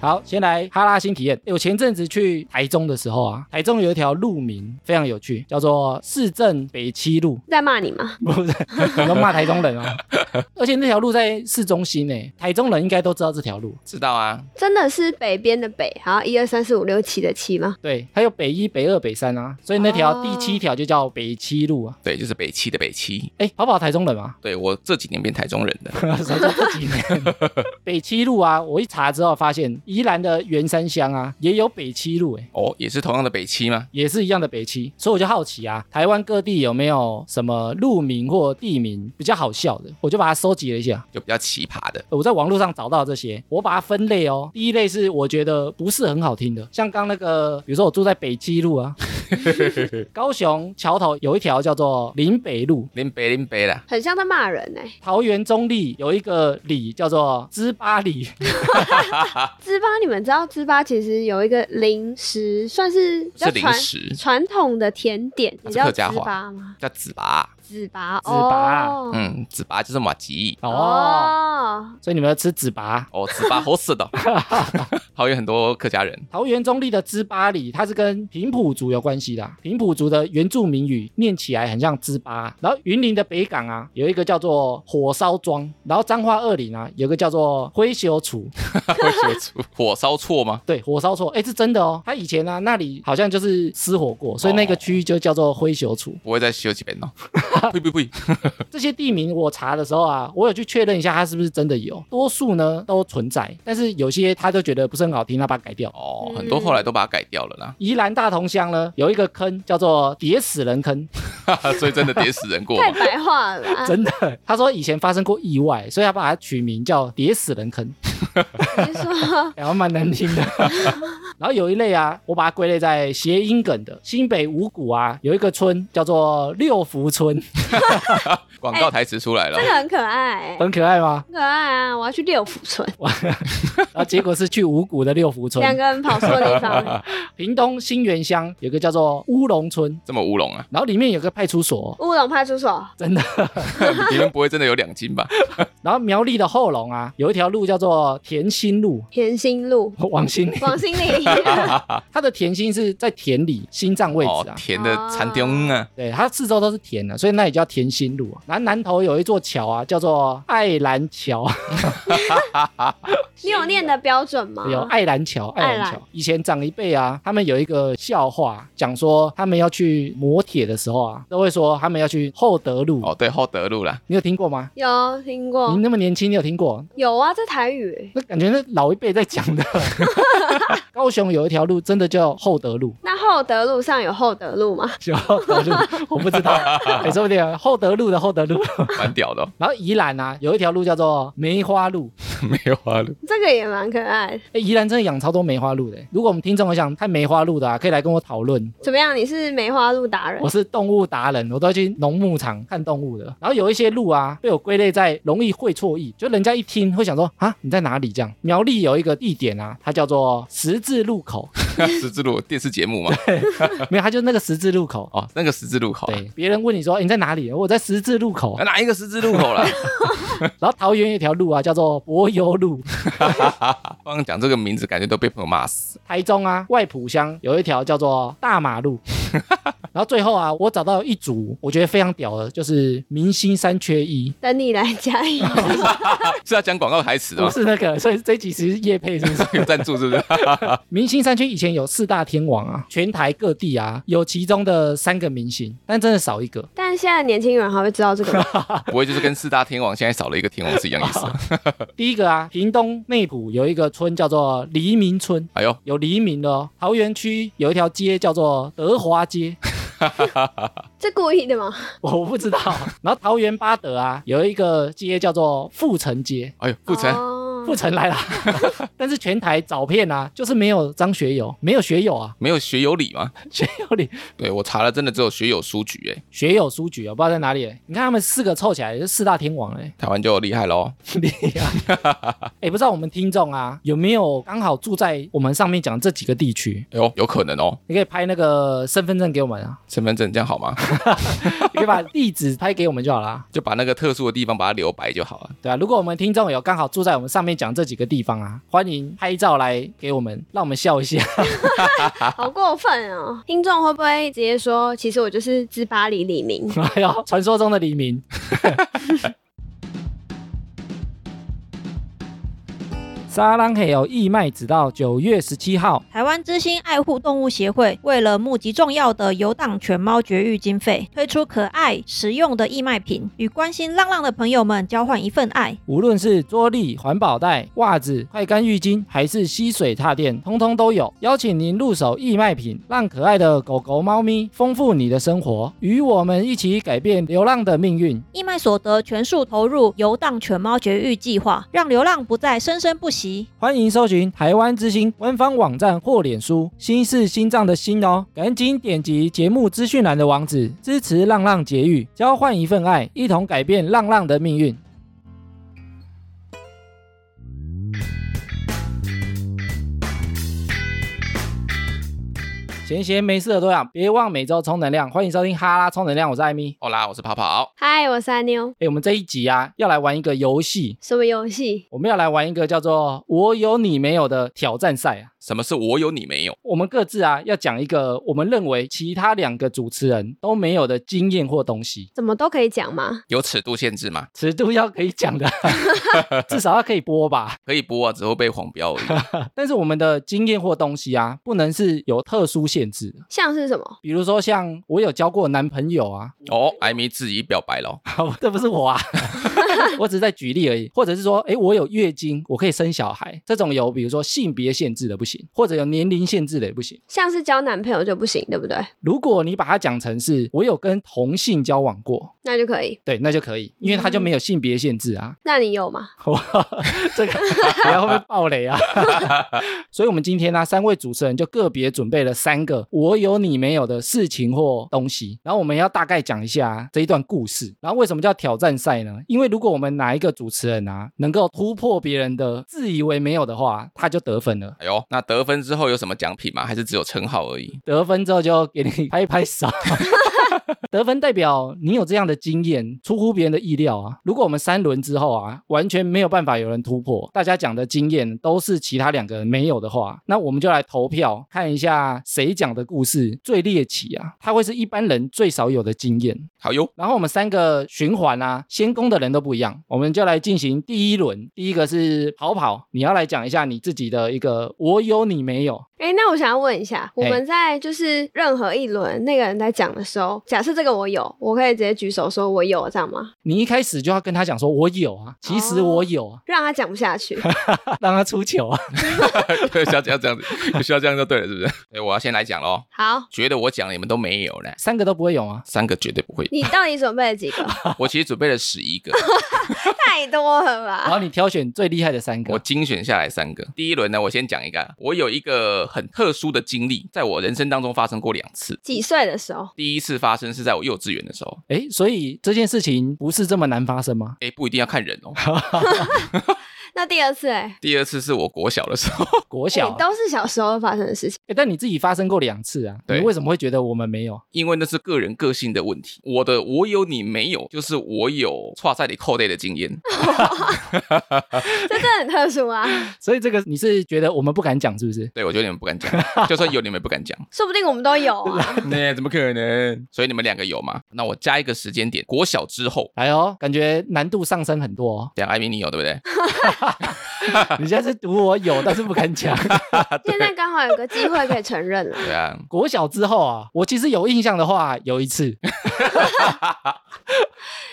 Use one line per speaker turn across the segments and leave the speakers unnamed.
好，先来哈拉新体验。诶我前阵子去台中的时候啊，台中有一条路名非常有趣，叫做市政北七路。
在骂你吗？
不是，你要骂台中人啊！而且那条路在市中心诶、台中人应该都知道这条路。
知道啊，
真的是北边的北，然后一二三四五六七的七吗？
对，还有北一、北二、北三啊，所以那条
哦
第七条就叫北七路啊。
对，就是北七的北七。
哎、跑跑台中人吗？
对我这几年变台中人 的，
谁说这几年？北七路啊，我一查之后发现，宜兰的圆山乡啊也有北七路、欸，
哦，也是同样的北七吗？
也是一样的北七，所以我就好奇啊，台湾各地有没有什么路名或地名比较好笑的？我就把它收集了一下。
就比较奇葩的，
我在网络上找到这些，我把它分类哦。第一类是我觉得不是很好听的，像刚那个，比如说我住在北七路啊，高雄桥头有一条叫做林北路，
林北林北啦，
很像在骂人哎、
桃园中立有一个里叫做芝巴里，
糍粑，你们知道糍粑其实有一个零食，算是比较
是零
传
食
传统的甜点，你知道
客家
糍
话
粑吗？
叫糍粑，
糍
糍
粑，
粑啊
哦，
嗯，糍粑就是马吉，
哦，
哦，
所以你们要吃糍粑。
哦，糍粑好吃的，哦 好有很多客家人，
桃园中立的糍粑里，它是跟平埔族有关系的啊、平埔族的原住民语念起来很像糍粑啊。然后云林的北港啊，有一个叫做火烧庄，然后彰化二林啊，有一个叫做灰修楚。
会说出火烧错吗？
对，火烧厝，哎，是真的哦。他以前啊，那里好像就是失火过，所以那个区域就叫做灰熊厝。
不会再修几遍哦，呸呸呸，
这些地名我查的时候啊，我有去确认一下它是不是真的有，多数呢都存在，但是有些他都觉得不是很好听，他把它改掉。
哦，
嗯
很多后来都把它改掉了啦，
宜兰大同乡呢有一个坑叫做叠死人坑，？
所以真的跌死人过
太
嘛，
白话了 吧
真的，他说以前发生过意外，所以他把它取名叫叠死人坑，
你是 说
然后蛮难听的。然后有一类啊，我把它归类在谐音梗的，新北五股啊有一个村叫做六福 村，
广告台词出来了
这，个很可爱、欸，
很可爱吗？
很可爱啊！我要去六福村，
然后结果是去五股的六福村，
两个人跑错地方 了。
屏东新源乡有个叫做乌龙村，
这么乌龙啊，
然后里面有个派出所，
乌龙派出所，
真的。
你们不会真的有两斤吧？
然后苗栗的后龙啊，有一条路叫做田心路，
田心路，
王 心凌，
往心 里。
它的田心是在田里心脏位置
哦
啊，。
甜的餐厅啊，
对，它四周都是田的、啊所以那里叫田心路啊。然后南头有一座桥啊，叫做爱兰桥，
你有念的标准吗？
有爱兰桥，爱兰
爱
桥
兰。
以前长一辈啊，他们有一个笑话，讲说他们要去磨铁的时候啊，都会说他们要去厚德路。
哦，对，厚德路啦，
你有听过吗？
有听
你
过，
那么年轻，你有听过？
有啊，这台语。
那感觉那老一辈在讲的。 高雄有一条路，真的叫厚德路，
那厚德路上有厚德路吗？
叫厚德路，我不知道，哎，说不定厚德路的厚德路。
蛮屌的哦，
然后宜兰啊，有一条路叫做梅花路，
梅
啊
花鹿，
这个也蛮可爱的。
哎，宜兰真的养超多梅花鹿的。如果我们听众有想看梅花鹿的啊，可以来跟我讨论。
怎么样？你是梅花鹿达人
我？是动物达人，我都要去农牧场看动物的。然后有一些鹿啊，被我归类在容易会错意，就人家一听会想说啊，你在哪里？这样。苗栗有一个地点啊，它叫做十字路口，
十字路电视节目嘛，
没有，它就那个十字路口。
哦，那个十字路口啊，
对，别人问你说、欸你在哪里？我在十字路口
啊。哪一个十字路口啦？
然后桃园有一条路啊，叫做柏油路。
刚刚讲这个名字，感觉都被朋友骂死。
台中啊，外埔乡有一条叫做大马路。然后最后啊，我找到一组我觉得非常屌的，就是明星三缺一，
等你来加一。
是要讲广告台词的
不
吗？
是那个，所以这一集其实叶配是 不是？
有赞助是不是？
明星三缺一以前有四大天王啊，全台各地啊有其中的三个明星，但真的少一个。
但现在年轻人还会知道这个吗？
不会就是跟四大天王现在少了一个天王是一样意 思？
第一个啊，屏东内埔有一个村叫做黎明村，
哎呦，
有黎明的哦。桃园区有一条街叫做德华街，
这故意的吗？
我不知道。然后桃园八德啊，有一个街叫做富城街，
哎呦，傅 成，
哦
富城来了。但是全台找片啊，就是没有张学友，没有学友啊，
没有学友里吗？
学友里
对我查了，真的只有学友书局哎，
学友书局啊，不知道在哪里。你看他们四个凑起来就四大天王哎、
台湾就厉害喽。
厉害。哎、不知道我们听众啊有没有刚好住在我们上面讲这几个地区？
哎呦，有可能哦，
你可以拍那个身份证给我们啊，
身份证这样好吗？
你可以把地址拍给我们就好啦。
就把那个特殊的地方把它留白就好了。
对啊，如果我们听众有刚好住在我们上面讲这几个地方啊，欢迎拍照来给我们，让我们笑一下。
好过分哦！听众会不会直接说，其实我就是芝巴黎李明？
哎呦，传说中的黎明，沙朗黑有义卖，直到九月十七号。
台湾之心爱护动物协会为了募集重要的游荡犬猫绝育经费，推出可爱实用的义卖品，与关心浪浪的朋友们交换一份爱。
无论是桌历、环保袋、袜子、快干浴巾，还是吸水踏垫，通通都有。邀请您入手义卖品，让可爱的狗狗、猫咪丰富你的生活，与我们一起改变流浪的命运。
义卖所得全数投入游荡犬猫绝育计划，让流浪不再生生不息。
欢迎搜寻台湾之星官方网站或脸书“心是心脏的心”哦，赶紧点击节目资讯栏的网址，支持浪浪节育，交换一份爱，一同改变浪浪的命运。闲闲没事的多养，别忘每周充能量。欢迎收听哈拉充能量，我是艾米。
好啦，我是跑跑，
嗨，我是阿妞。
哎，我们这一集啊，要来玩一个游戏，
什么游戏？
我们要来玩一个叫做“我有你没有”的挑战赛啊。
什么是我有你没有？
我们各自啊要讲一个我们认为其他两个主持人都没有的经验或东西，
怎么都可以讲吗？
有尺度限制吗？
尺度要可以讲的， 至少要可以播吧。
可以播啊，只会被黄标而 已。
但是我们的经验或东西啊，不能是有特殊限制的。
像是什么？
比如说像我有交过男朋友啊，
哦，艾米自己表白了，
好，这不是我啊， 我只是在举例而已。或者是说，哎，我有月经，我可以生小孩，这种有比如说性别限制的不行，或者有年龄限制的也不行。
像是交男朋友就不行，对不对？
如果你把它讲成是我有跟同性交往过，
那就可以。
对，那就可以，因为它就没有性别限制啊。
那你有吗？
哇，嗯这个等一 下会不会爆雷啊？ 所以，我们今天呢、三位主持人就个别准备了三个我有你没有的事情或东西，然后我们要大概讲一下这一段故事。然后，为什么叫挑战赛呢？因为如果我们哪一个主持人啊能够突破别人的自以为没有的话，他就得分了。
哎呦，那得分之后有什么奖品吗？还是只有称号而已？
得分之后就给你拍拍手。 得分代表你有这样的经验，出乎别人的意料啊！如果我们三轮之后啊，完全没有办法有人突破，大家讲的经验都是其他两个人没有的话，那我们就来投票，看一下谁讲的故事最猎奇啊！它会是一般人最少有的经验。
好哟，
然后我们三个循环啊，先攻的人都不一样，我们就来进行第一轮。第一个是跑跑，你要来讲一下你自己的一个“我有你没有
哎，那我想要问一下，我
嘿
们在就是任何一轮那个人在讲的时候，假设这个我有，我可以直接举手说我有，这样吗？”，
你一开始就要跟他讲说“我有啊”，其实我有啊，
让他讲不下 去。
让他出糗啊。
对，需要这样这样子， 有需要这样就对了，是不是？哎，我要先来讲喽。
好，
觉得我讲你们都没有呢，
三个都不会 有啊。
三个绝对不 会。
你到底准备了几个？
我其实准备了十一个，
太多了
然
吧？
后你挑选最厉害的三
我
个。
精选下来三个。第一轮呢，我先讲一个，我有一个很特殊的经历，在我人生当中发生过两次。
几岁的时候？
第一次发生是在我幼稚园的时候，
哎，所以这件事情不是这么难发生吗？
哎，不一定要看人哦。
那第二次哎、
第二次是我国小的时候，
国
欸
小，啊
都是小时候发生的事情。
诶但你自己发生过两次啊，你
对
为什么会觉得我们没有？啊
因为那是个人个性的问题。我的我有你没有，就是我有跨赛里扣类的经验。
这真的很特殊啊，
所以这个你是觉得我们不敢讲是不是？
对，我觉得你们不敢讲，就算有你们也不敢讲。
说不定我们都有啊。
那、怎么可能？所以你们两个有吗？那我加一个时间点，国小之后。。
哎呦，感觉难度上升很多哦
讲艾米，你有对不对？
你现在是赌我有，但是不敢 讲。
现在刚好有个机会可以承认了。
对啊，
国小之后啊，我其实有印象的话，有一次，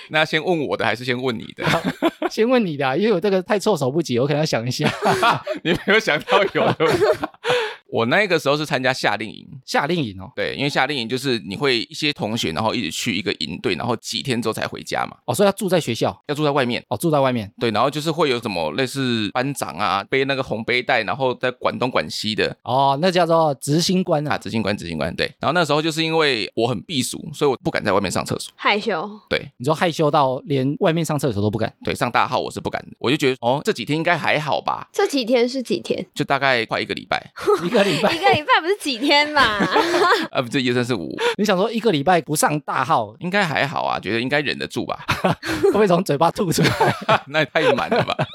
那先问我的还是先问你的？
先问你的啊、因为我这个太措手不及，我可能要想一下。
你没有想到有的。 我那个时候是参加夏令营，
夏令营哦，
对，因为夏令营就是你会一些同学，然后一起去一个营队，然后几天之后才回家嘛，
哦，所以要住在学校，
要住在外面。
哦，住在外面。
对，然后就是会有什么类似班长啊，背那个红背带，然后在管东管西的
哦，那叫做执行官
啊，
啊，
执行官，执行官。对，然后那时候就是因为我很避暑，所以我不敢在外面上厕所。
害羞，
对
你说害羞到连外面上厕所都不敢。
对，上大号我是不敢的，我就觉得哦，这几天应该还好吧，
这几天是几天？
就大概快一个礼拜
一个礼拜
一，个礼拜不是几天嘛？
啊，不，这一二三四五，
你想说一个礼拜不上大号，
应该还好啊，觉得应该忍得住吧，
会不会从嘴巴吐出来？
那也太满了吧。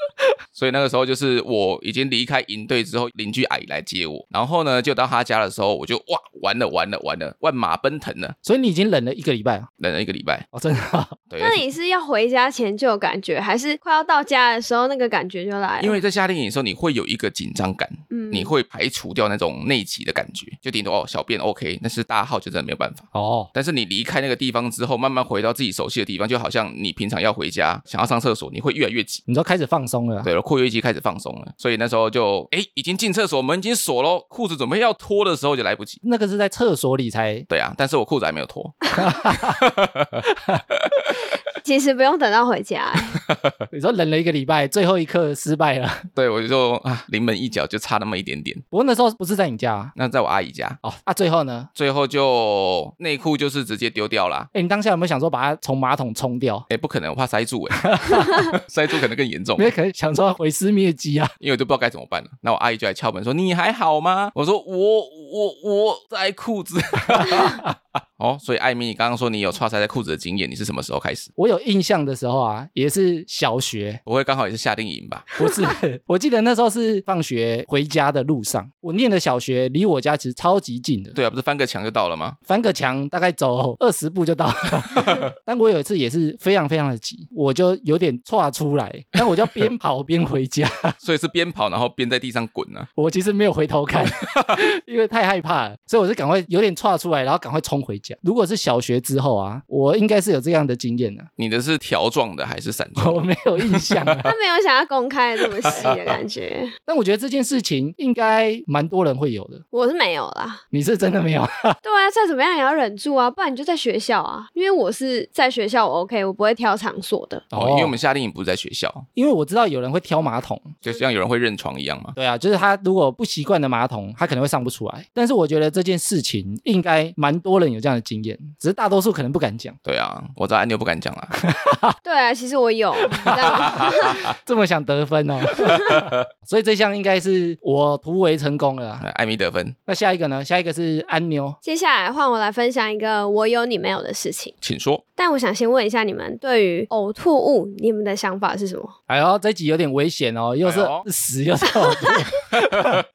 所以那个时候就是我已经离开营队之后，邻居阿姨来接我，然后呢就到她家的时候，我就哇完了完了完了，万马奔腾了，
所以你已经忍了一个礼拜了，
忍了一个礼拜。
哦，真的啊、
对，
那你是要回家前就有感觉，还是快要到家的时候那个感觉就来了？
因为在夏令营的时候，你会有一个紧张感，
嗯
你会排除掉那种内急的感觉，就顶多哦小便 OK，但是大号就真的没有办法。
哦，
但是你离开那个地方之后，慢慢回到自己熟悉的地方，就好像你平常要回家，想要上厕所，你会越来越急。
你都开始放松了啊、
对了，括约肌开始放松了，所以那时候就哎，已经进厕所，门已经锁喽，裤子准备要脱的时候就来不及。
那个是在厕所里才
对啊，但是我裤子还没有脱，
其实不用等到回家、欸
你说忍了一个礼拜，最后一刻失败了。
对我就啊临门一脚就差那么一点点。
不过那时候不是在你家啊、
那在我阿姨家，
哦啊，最后呢？
最后就内裤就是直接丢掉 啦。
哎，你当下有没有想说把它从马桶冲掉？
哎，不可能，我怕塞住哎、塞住可能更严重
因，为可能想说毁尸灭迹啊。
因为我就不知道该怎么办了。那我阿姨就来敲门说：“你还好吗？”我说：“我我我在裤子。”哦，所以艾米，你刚刚说你有穿塞在裤子的经验，你是什么时候开始？
我有印象的时候啊，也是小学，
不会刚好也是夏令营吧？
不是，我记得那时候是放学回家的路上，我念的小学离我家其实超级近的，
对啊，不是翻个墙就到了吗？
翻个墙大概走二十步就到 了。但我有一次也是非常非常的急，我就有点岔出来，但我就边跑边回家，
所以是边跑然后边在地上滚啊。
我其实没有回头 看，因为太害怕了，所以我是赶快有点岔出来，然后赶快冲回家。如果是小学之后啊，我应该是有这样的经验的、
你的是条状的还是伞
我
状的？
没有印象、 啊。
他没有想要公开这么细的感觉，
但我觉得这件事情应该蛮多人会有的。
我是没有啦。
你是真的没有？
对啊，再怎么样也要忍住啊，不然你就在学校啊。因为我是在学校，我 OK，我不会挑场所的。
哦，因为我们夏令营不是在学校，
因为我知道有人会挑马桶，
就像有人会认床一样嘛。
对啊，就是他如果不习惯的马桶，他可能会上不出来。但是我觉得这件事情应该蛮多人有这样的经验，只是大多数可能不敢讲。
对啊，我知道安妞不敢讲啦。
对啊，其实我有，你知道吗
这么想得分哦， 所以这项应该是我突围成功了啊。
哎艾米得分，
那下一个呢？下一个是安妞，
接下来换我来分享一个我有你没有的事情。
请说。
但我想先问一下你们对于呕吐物，你们的想法是什么？
哎呦，这集有点危险哦，又是
哎呦
屎、又是呕吐，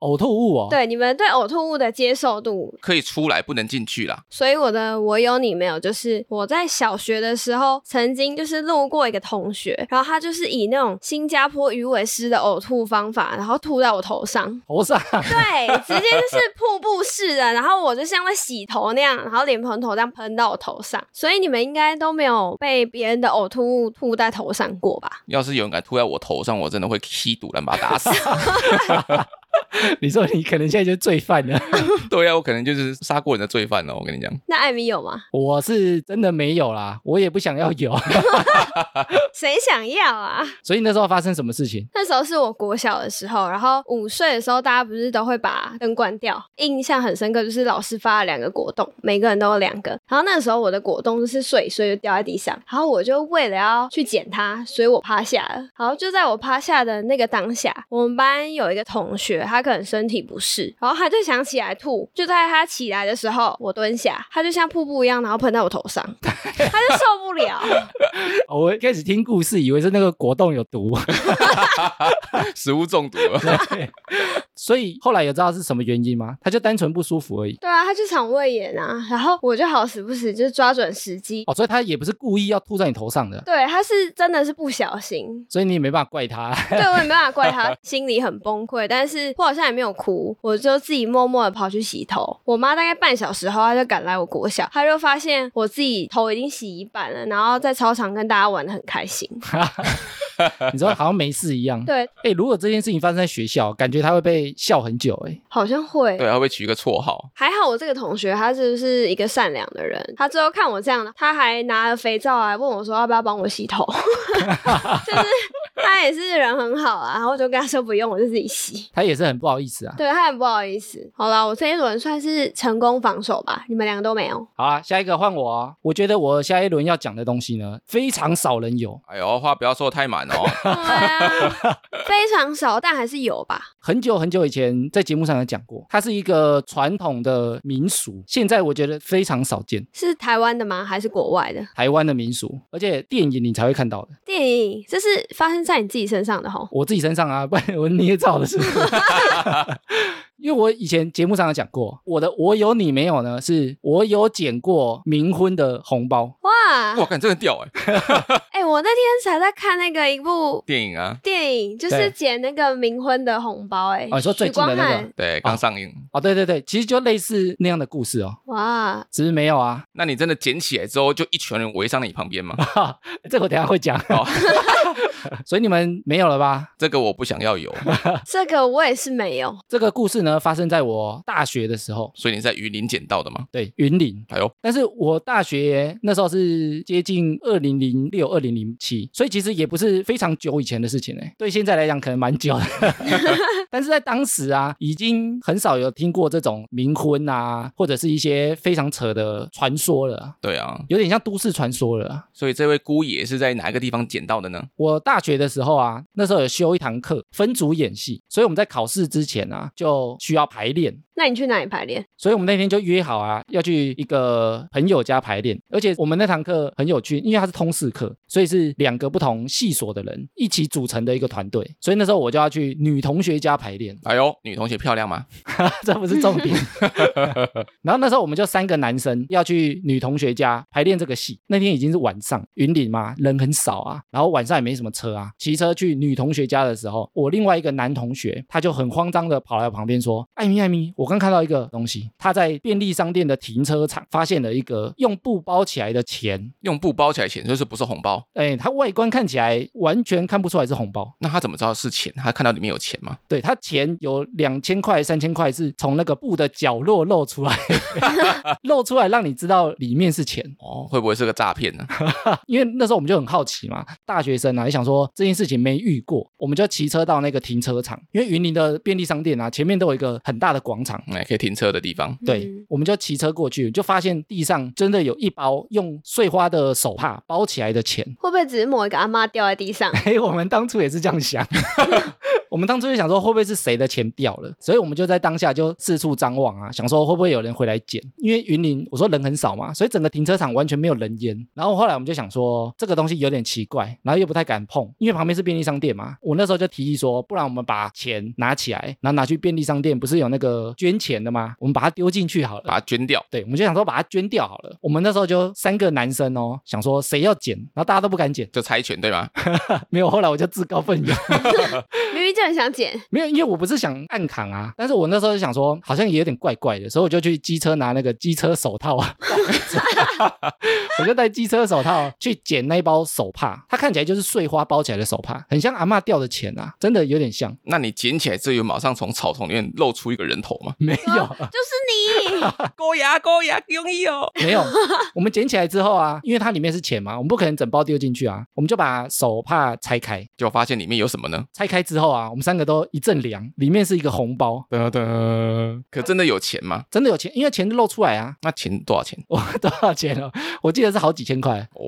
呕吐物哦。，，
对你们对呕吐物的接受度
可以出来，不能进去啦。
所以我的我有你没有，就是我在小学的时候，曾经就是路过一个同学，然后他就是以那种新加坡鱼尾狮的呕吐方法，然后吐在我头上
头上
对，直接就是瀑布式的，然后我就像在洗头那样，然后脸盆头这样喷到我头上。所以你们应该都没有被别人的呕吐物吐在头上过吧？
要是有人敢吐在我头上，我真的会吸毒人把他打死。
你说你可能现在就是罪犯了。
对啊，我可能就是杀过人的罪犯了。我跟你讲，
那艾米有吗？
我是真的没有啦，我也不想要有，
谁想要啊？
所以那时候发生什么事情？
那时候是我国小的时候，然后午睡的时候，大家不是都会把灯关掉。印象很深刻，就是老师发了两个果冻，每个人都有两个。然后那时候我的果冻就是碎一碎就掉在地上，然后我就为了要去捡它，所以我趴下了。然后就在我趴下的那个当下，我们班有一个同学，他可能身体不适，然后他就想起来吐。就在他起来的时候，我蹲下，他就像瀑布一样，然后喷到我头上，他就受不了。
哦我一开始听故事，以为是那个果冻有毒，
食物中毒了。
对所以后来有知道是什么原因吗？他就单纯不舒服而已。
对啊，他就肠胃炎啊，然后我就好死不死就是抓准时机，
哦，所以他也不是故意要吐在你头上的，，
对，他是真的是不小心
所以你也没办法怪他。
对我也没办法怪他，心里很崩溃，但是我好像也没有哭，我就自己默默的跑去洗头。我妈大概半小时后，她就赶来我国小，她就发现我自己头已经洗一半了，然后在操场跟大家玩的很开心。
你说好像没事一样。
对，
哎、如果这件事情发生在学校，感觉他会被笑很久、欸。
好像会。
对啊，会不会取一个绰号？
还好我这个同学他就是一个善良的人，他最后看我这样，他还拿了肥皂来问我说要不要帮我洗头，就是他也是人很好啊，然后我就跟他说不用，我就自己洗。
他也是很不好意思啊。
对他很不好意思。好啦，我这一轮算是成功防守吧，你们两个都没有。
好啊，下一个换我、啊。我觉得我下一轮要讲的东西呢，非常少人有。
哎呦，话不要说得太满哦。
对啊，非常少，但还是有吧。
很久很久以前在节目上有讲过，它是一个传统的民俗，现在我觉得非常少见，
是台湾的吗？还是国外的
台湾的民俗，而且电影你才会看到的。
电影？这是发生在在你自己身上的吼。
我自己身上啊， 不然我捏造的是。因为我以前节目上有讲过，我的我有你没有呢？是我有捡过冥婚的红包，
哇，
哇，感真的屌哎、
哎、我那天才在看那个一部
电影啊，
电影，就是
对
捡那个冥婚的红包、哎、
哦你说最
许
近的那
光
个
汉，
对，刚上映。
哦，对对对，其实就类似那样的故事哦，
哇，
只是没有啊，
那你真的捡起来之后，就一群人围上你旁边吗？
哈，这个我等一下会讲，
哦，
所以你们没有了吧？
这个我不想要有，
这个我也是没有，
这个故事呢，发生在我大学的时候，
所以你在榆林捡到的吗？
对，云林。
哎呦，
但是我大学那时候是接近二零零六、二零零七，所以其实也不是非常久以前的事情嘞。对现在来讲，可能蛮久的。 但是在当时啊，已经很少有听过这种冥婚啊，或者是一些非常扯的传说了啊，
对啊，
有点像都市传说了啊。
所以这位姑爷是在哪一个地方捡到的呢？
我大学的时候啊，那时候有修一堂课，分组演戏，所以我们在考试之前啊，就需要排练。
那你去哪里排练？
所以我们那天就约好啊，要去一个朋友家排练，而且我们那堂课很有趣，因为它是通识课，所以是两个不同系所的人一起组成的一个团队。所以那时候我就要去女同学家排练，
哎呦，女同学漂亮吗？
这不是重点。 然后那时候我们就三个男生要去女同学家排练这个戏，那天已经是晚上，云林嘛，人很少啊，然后晚上也没什么车啊，骑车去女同学家的时候，我另外一个男同学他就很慌张的跑来我旁边说：“艾米，艾米，我刚看到一个东西，他在便利商店的停车场发现了一个用布包起来的钱。”
用布包起来钱，就是不是红包？
哎，它外观看起来完全看不出来是红包，
那他怎么知道是钱？他看到里面有钱吗？
对，它钱有两千块、三千块是从那个布的角落露出来，露出来让你知道里面是钱。
哦，会不会是个诈骗呢？
因为那时候我们就很好奇嘛，大学生啊，也想说这件事情没遇过，我们就骑车到那个停车场，因为云林的便利商店啊，前面都有一个很大的广场。
哎，可以停车的地方。
对，
嗯
我们就骑车过去，就发现地上真的有一包用碎花的手帕包起来的钱。
会不会只是某一个阿妈掉在 地上？
嘿，哎我们当初也是这样想， 我们当初就想说会不会是谁的钱掉了，所以我们就在当下就四处张望啊，想说会不会有人回来捡，因为云林我说人很少嘛，所以整个停车场完全没有人烟。然后后来我们就想说这个东西有点奇怪，然后又不太敢碰，因为旁边是便利商店嘛。我那时候就提议说，不然我们把钱拿起来，然后拿去便利商店，不是有那个捐钱的吗？我们把它丢进去好了。
把它捐掉，
对，我们就想说把它捐掉好了。我们那时候就三个男生哦，想说谁要捡，然后大家都不敢捡。
就猜拳对吗？
没有，后来我就自告奋勇，
明明就很想捡，
没有，因为我不是想暗扛啊，但是我那时候就想说，好像也有点怪怪的，所以我就去机车拿那个机车手套啊， 我就戴机车手套去捡那一包手帕，它看起来就是碎花包起来的手帕，很像阿嬷掉的钱啊，真的有点像。
那你捡起来之后，有马上从草丛里面露出一个人头吗？
没有，
就是你，
高牙高牙，用意哦。
没有。我们捡起来之后啊，因为它里面是钱嘛，我们不可能整包丢进去啊，我们就把手帕拆开。
就发现里面有什么呢？
拆开之后啊，我们三个都一阵凉，里面是一个红包，
噔噔，可真的有钱吗？
真的有钱，因为钱露出来啊。
那钱多少钱？
我 多少钱哦？我记得是好几千块。
哦，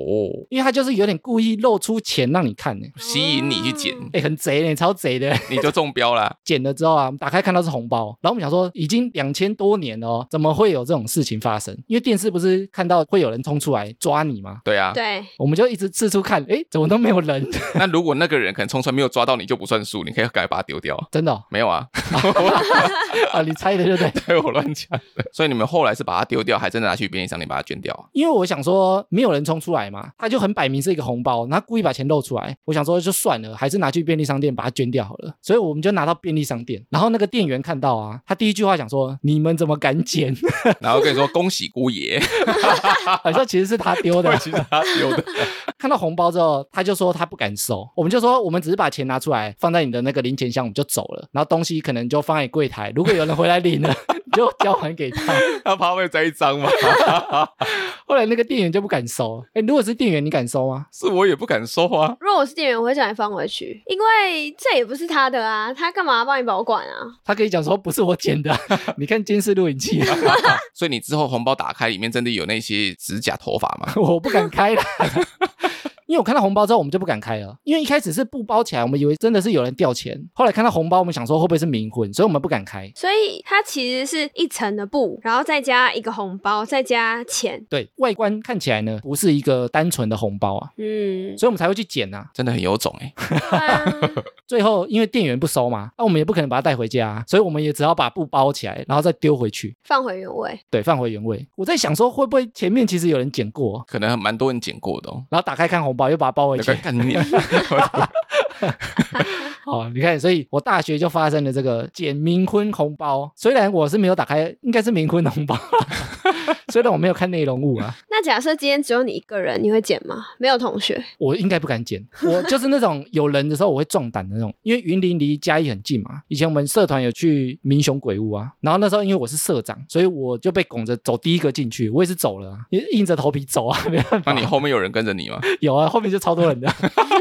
因为他就是有点故意露出钱让你看呢、
吸引你去捡，
哎、很贼呢、超贼的。
你就中标啦。
捡了之后啊，我们打开看到是红包，然后我们想说，已经两千多年了、哦，怎么会有这种事情发生？因为电视不是看到会有人冲出来抓你吗？
对啊，
对，
我们就一直四处看，哎，怎么都没有人？
那如果那个人可能冲出来没有抓到你，就不算数，你可以赶快把它丢掉。
真的哦、
没有啊，
啊，你猜的对不对？
对我乱讲的。所以你们后来是把它丢掉，还真的拿去便利商店把它捐掉啊？
因为我想说没有人冲出来嘛，他就很摆明是一个红包，然后他故意把钱露出来。我想说就算了，还是拿去便利商店把它捐掉好了。所以我们就拿到便利商店，然后那个店员看到啊，他第一句话想说：“你们怎么敢捡？”
然后跟你说恭喜姑爷，
好啊像其实是他丢的啊
对，。 其实他丢的。
看到红包之后，他就说他不敢收，我们就说我们只是把钱拿出来放在你的那个零钱箱，我们就走了。然后东西可能就放在柜台，如果有人回来领了， 你就交还给他。
他怕会栽赃吗？
后来那个店员就不敢收。哎，如果是店员，你敢收吗？
是我也不敢说啊。
如果我是店员，我会叫你放回去，因为这也不是他的啊，他干嘛要帮你保管啊？
他可以讲说不是我捡的，啊 你看监视录影啊器，
所以你之后红包打开，里面真的有那些指甲头发吗？
我不敢开啦。 因为我看到红包之后，我们就不敢开了，因为一开始是布包起来，我们以为真的是有人掉钱，后来看到红包，我们想说会不会是冥婚，所以我们不敢开。
所以它其实是一层的布，然后再加一个红包，再加钱。
对外观看起来呢，不是一个单纯的红包啊，
嗯，
所以我们才会去捡啊。
真的很有种哎、
对啊
最后因为店员不收嘛，那、我们也不可能把它带回家、啊，所以我们也只好把布包起来，然后再丢回去，
放回原位。
对，放回原位。我在想说，会不会前面其实有人捡过，
可能蛮多人捡过的哦。
然后打开看红包，又把它包回
那
去
个。干你啊！
哦，你看，所以我大学就发生了这个捡冥婚红包。虽然我是没有打开，应该是冥婚红包，啊 虽然我没有看内容物啊，
那假设今天只有你一个人，你会捡吗？没有同学，
我应该不敢捡。我就是那种有人的时候我会壮胆的那种，因为云林离嘉义很近嘛。以前我们社团有去民雄鬼屋啊，然后那时候因为我是社长，所以我就被拱着走第一个进去，我也是走了、啊，也硬着头皮走啊，没办法。
那你后面有人跟着你吗？
有啊，后面就超多人的。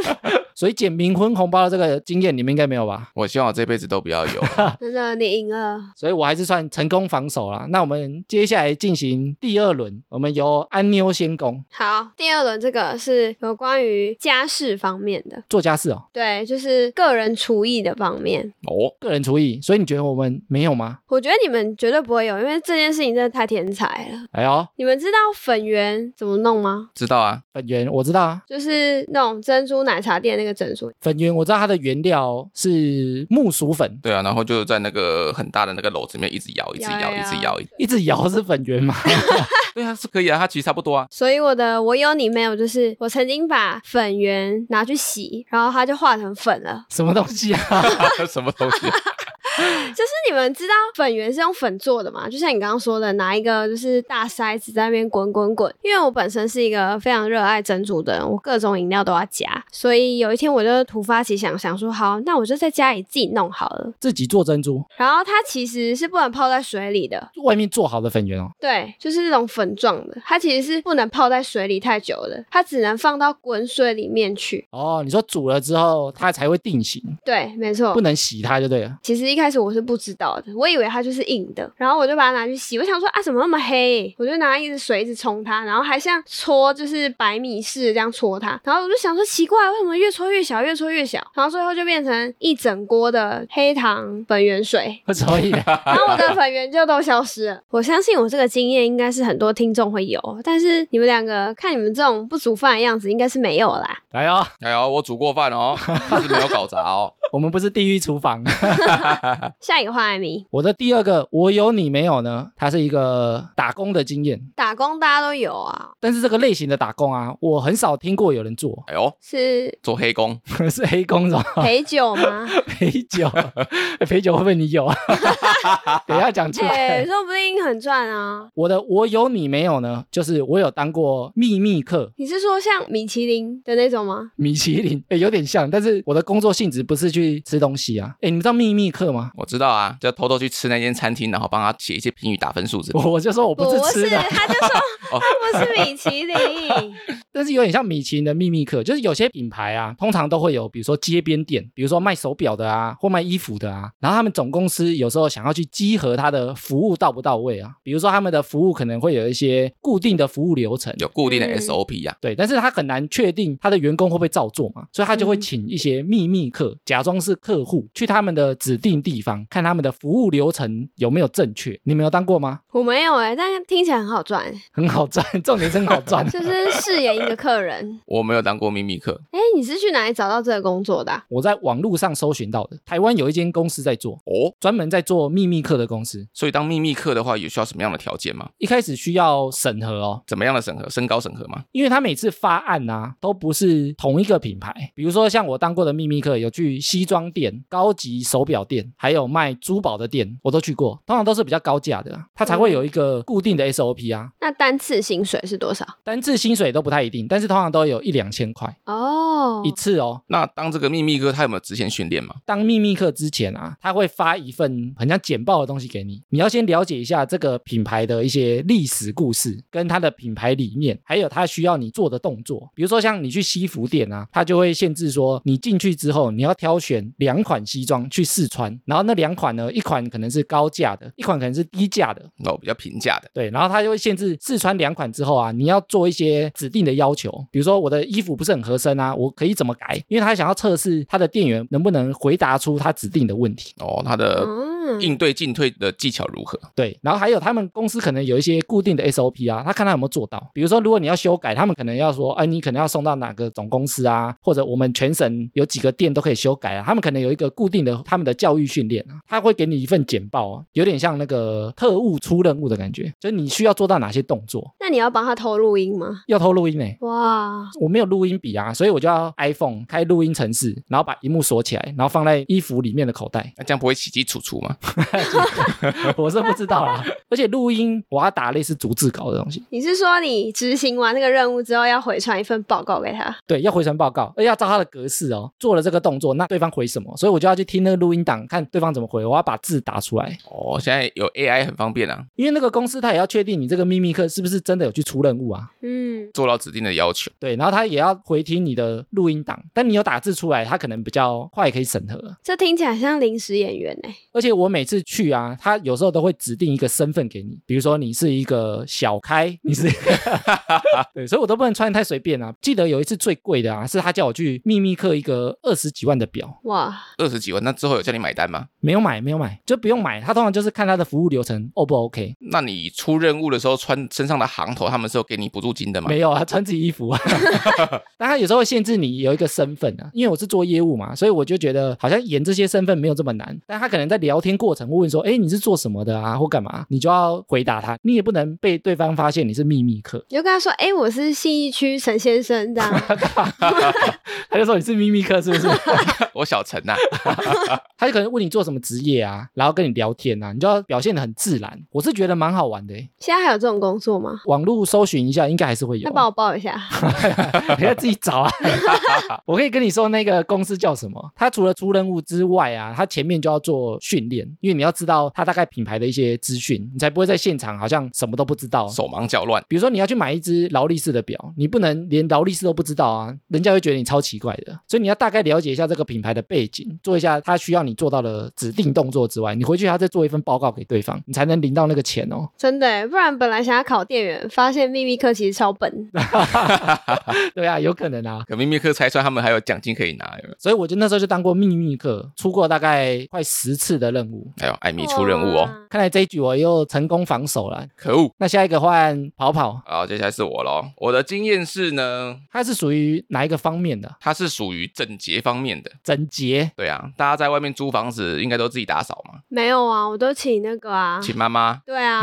所以捡冥婚红包的这个经验，你们应该没有吧？
我希望我这辈子都不要有。
真的你赢了。
所以我还是算成功防守啦。那我们接下来进行第二轮，我们由安妞先攻
好，第二轮这个是有关于家事方面的，
做家事哦，
对，就是个人厨艺的方面。
哦，
个人厨艺。所以你觉得我们没有吗？
我觉得你们绝对不会有，因为这件事情真的太天才了。
哎呦，
你们知道粉圆怎么弄吗？
知道啊，
粉圆我知道啊，
就是那种珍珠奶茶店那个珍珠，
粉圆我知道它的原料是木薯粉，
对啊，然后就在那个很大的那个篓子里面一直摇，一直摇，一直摇。一直
一直摇是粉圆嘛？
对啊，是可以啊，它其实差不多啊。
所以我的我有你没有，就是我曾经把粉圆拿去洗，然后它就化成粉了。
什么东西啊？
什么东西？
就是你们知道粉圆是用粉做的嘛？就像你刚刚说的，拿一个就是大筛子在那边滚滚滚。因为我本身是一个非常热爱珍珠的人，我各种饮料都要加，所以有一天我就突发奇想，想说好，那我就在家里自己弄好了。
自己做珍珠，
然后它其实是不能泡在水里的，
外面做好的粉圆哦。
对，就是那种粉状的，它其实是不能泡在水里太久的，它只能放到滚水里面去。
哦，你说煮了之后它才会定型，
对，没错
不。能洗它就对了。
其实一开始我是不知道的，我以为它就是硬的，然后我就把它拿去洗，我想说啊，怎么那么黑？我就拿一直水一直冲它，然后还像搓就是白米式这样搓它，然后我就想说奇怪，为什么越搓越小，越搓越小？然后最后就变成一整锅的黑糖粉圆水，
所以呢，
然后我的粉圆就都消失了。我相信我这个经验应该是很多听众会有，但是你们两个看你们这种不煮饭的样子，应该是没有 啦。
哎呦，
哎呦，我煮过饭哦，但是没有搞砸哦。
我们不是地狱厨房。
下一个换艾米，
我的第二个我有你没有呢？它是一个打工的经验。
打工大家都有啊，
但是这个类型的打工啊，我很少听过有人做，
哎呦，
是
做黑工，
是黑工是吧？
陪酒 吗？
陪酒，欸陪酒会不会你有啊？等一下讲出来。
哎、说不定很赚啊！
我的我有你没有呢？就是我有当过秘密客。
你是说像米其林的那种吗？
米其林，哎、有点像，但是我的工作性质不是去吃东西啊。哎、你们知道秘密客吗？
我知道啊，就偷偷去吃那间餐厅，然后帮他写一些评语打分数之类的。
我我就说我不是吃
是，
的啊，
他 就说
哦
他不是米其林，
但是有点像米其林的秘密客，就是有些品牌啊，通常都会有，比如说街边店，比如说卖手表的啊，或卖衣服的啊，然后他们总公司有时候想要去稽核他的服务到不到位啊，比如说他们的服务可能会有一些固定的服务流程。
有固定的
嗯
SOP 呀、
对，但是他很难确定他的员工会不会照做嘛，所以他就会
嗯
请一些秘密客，假装是客户，去他们的指定地方看他们的服务流程有没有正确。你们有当过吗？
我没有哎、但是听起来很好赚，。
很好赚，重点是很好赚
就是饰演一个客人。
我没有当过秘密客
哎、你是去哪里找到这个工作的啊、
我在网络上搜寻到的，台湾有一间公司在做，
哦，
专门在做秘密课的公司，
所以当秘密客的话，有需要什么样的条件吗？
一开始需要审核哦，
怎么样的审核？身高审核吗？
因为他每次发案啊都不是同一个品牌，比如说像我当过的秘密课，有去西装店、高级手表店，还有卖珠宝的店，我都去过，通常都是比较高价的啊，它才会有一个固定的 SOP 啊，
那单次薪水是多少？
单次薪水都不太一定，但是通常都有一两千块
哦
一，次哦。
那当这个秘密客，他有没有职前训练吗？
当秘密课之前啊，他会发一份很像简报的东西给你，你要先了解一下这个品牌的一些历史故事，跟它的品牌理念，还有它需要你做的动作。比如说像你去西服店啊，它就会限制说你进去之后你要挑选两款西装去试穿，然后那两款呢，一款可能是高价的，一款可能是低价的。
那我哦比较平价的，
对，然后它就会限制试穿两款之后啊，你要做一些指定的要求，比如说我的衣服不是很合身啊，我可以怎么改？因为他想要测试他的店员能不能回答出他指定的问题。
哦，它的
嗯，
应对进退的技巧如何？
对，然后还有他们公司可能有一些固定的 SOP 啊，他看他有没有做到。比如说，如果你要修改，他们可能要说，哎、你可能要送到哪个总公司啊，或者我们全省有几个店都可以修改啊。他们可能有一个固定的他们的教育训练啊，他会给你一份简报啊，有点像那个特务出任务的感觉，就是你需要做到哪些动作，
那你要帮他偷录音吗？
要偷录音呢、欸
哇，
我没有录音笔啊，所以我就要 iPhone 开录音程式，然后把荧幕锁起来，然后放在衣服里面的口袋。
那这样不会起起楚楚吗？
我是不知道啦，而且录音我要打类似逐字稿的东西，
你是说你执行完那个任务之后要回传一份报告给他？
对，要回传报告，而且要照他的格式哦。做了这个动作，那对方回什么？所以我就要去听那个录音档，看对方怎么回，我要把字打出来。
哦，现在有 AI 很方便啊，
因为那个公司他也要确定你这个秘密客是不是真的有去出任务啊，
嗯，
做到指定的要求。
对，然后他也要回听你的录音档，但你有打字出来，他可能比较快可以审核。
这听起来像临时演员哎、
而且我每次去啊，他有时候都会指定一个身份给你，比如说你是一个小开，你是一个，对，所以我都不能穿得太随便啊。记得有一次最贵的啊，是他叫我去秘密课一个二十几万的表，
哇，
二十几万，那之后有叫你买单吗？
没有买，没有买，就不用买。他通常就是看他的服务流程 O 不 OK，
那你出任务的时候穿身上的行头，他们是有给你补助金的吗？
没有啊，穿自己衣服啊。 但他有时候会限制你有一个身份啊，因为我是做业务嘛，所以我就觉得好像演这些身份没有这么难。但他可能在聊天过程会问说，哎，你是做什么的啊，或干嘛，你就要回答他，你也不能被对方发现你是秘密客。
你就跟他说，哎、我是信义区陈先生这样，
他就说你是秘密客是不是？
我小陈啊呐、
他就可能问你做什么职业啊，然后跟你聊天啊，你就要表现的很自然。我是觉得蛮好玩的欸，
现在还有这种工作吗？
网络搜寻一下应该还是会有
那帮
啊。
我报一下，
你要自己找啊！ 我可以跟你说那个公司叫什么？他除了出任务之外啊，他前面就要做训练，因为你要知道他大概品牌的一些资讯，你才不会在现场好像什么都不知道。
手忙脚乱。
比如说你要去买一只劳力士的表，你不能连劳力士都不知道啊，人家会觉得你超奇怪的。所以你要大概了解一下这个品牌的背景，做一下他需要你做到的指定动作之外，你回去还要再做一份报告给对方，你才能领到那个钱哦。
真的、欸，不然本来想要考店员，发现秘密课其实超笨，
对啊，有可能啊。
可秘密课拆穿他们还有奖金可以拿，有没有？
所以我就那时候就当过秘密客，出过大概快十次的任务。
还有哎艾米出任务哦，
哇，
看来这一局我又成功防守了。
可恶！
那下一个换跑跑，
好，接下来是我喽。我的经验是呢，
它是属于哪一个方面的？
它是属于整洁方面的。
整洁
对啊，大家在外面租房子应该都自己打扫嘛，
没有啊，我都请那个啊，
请妈妈。
对 啊，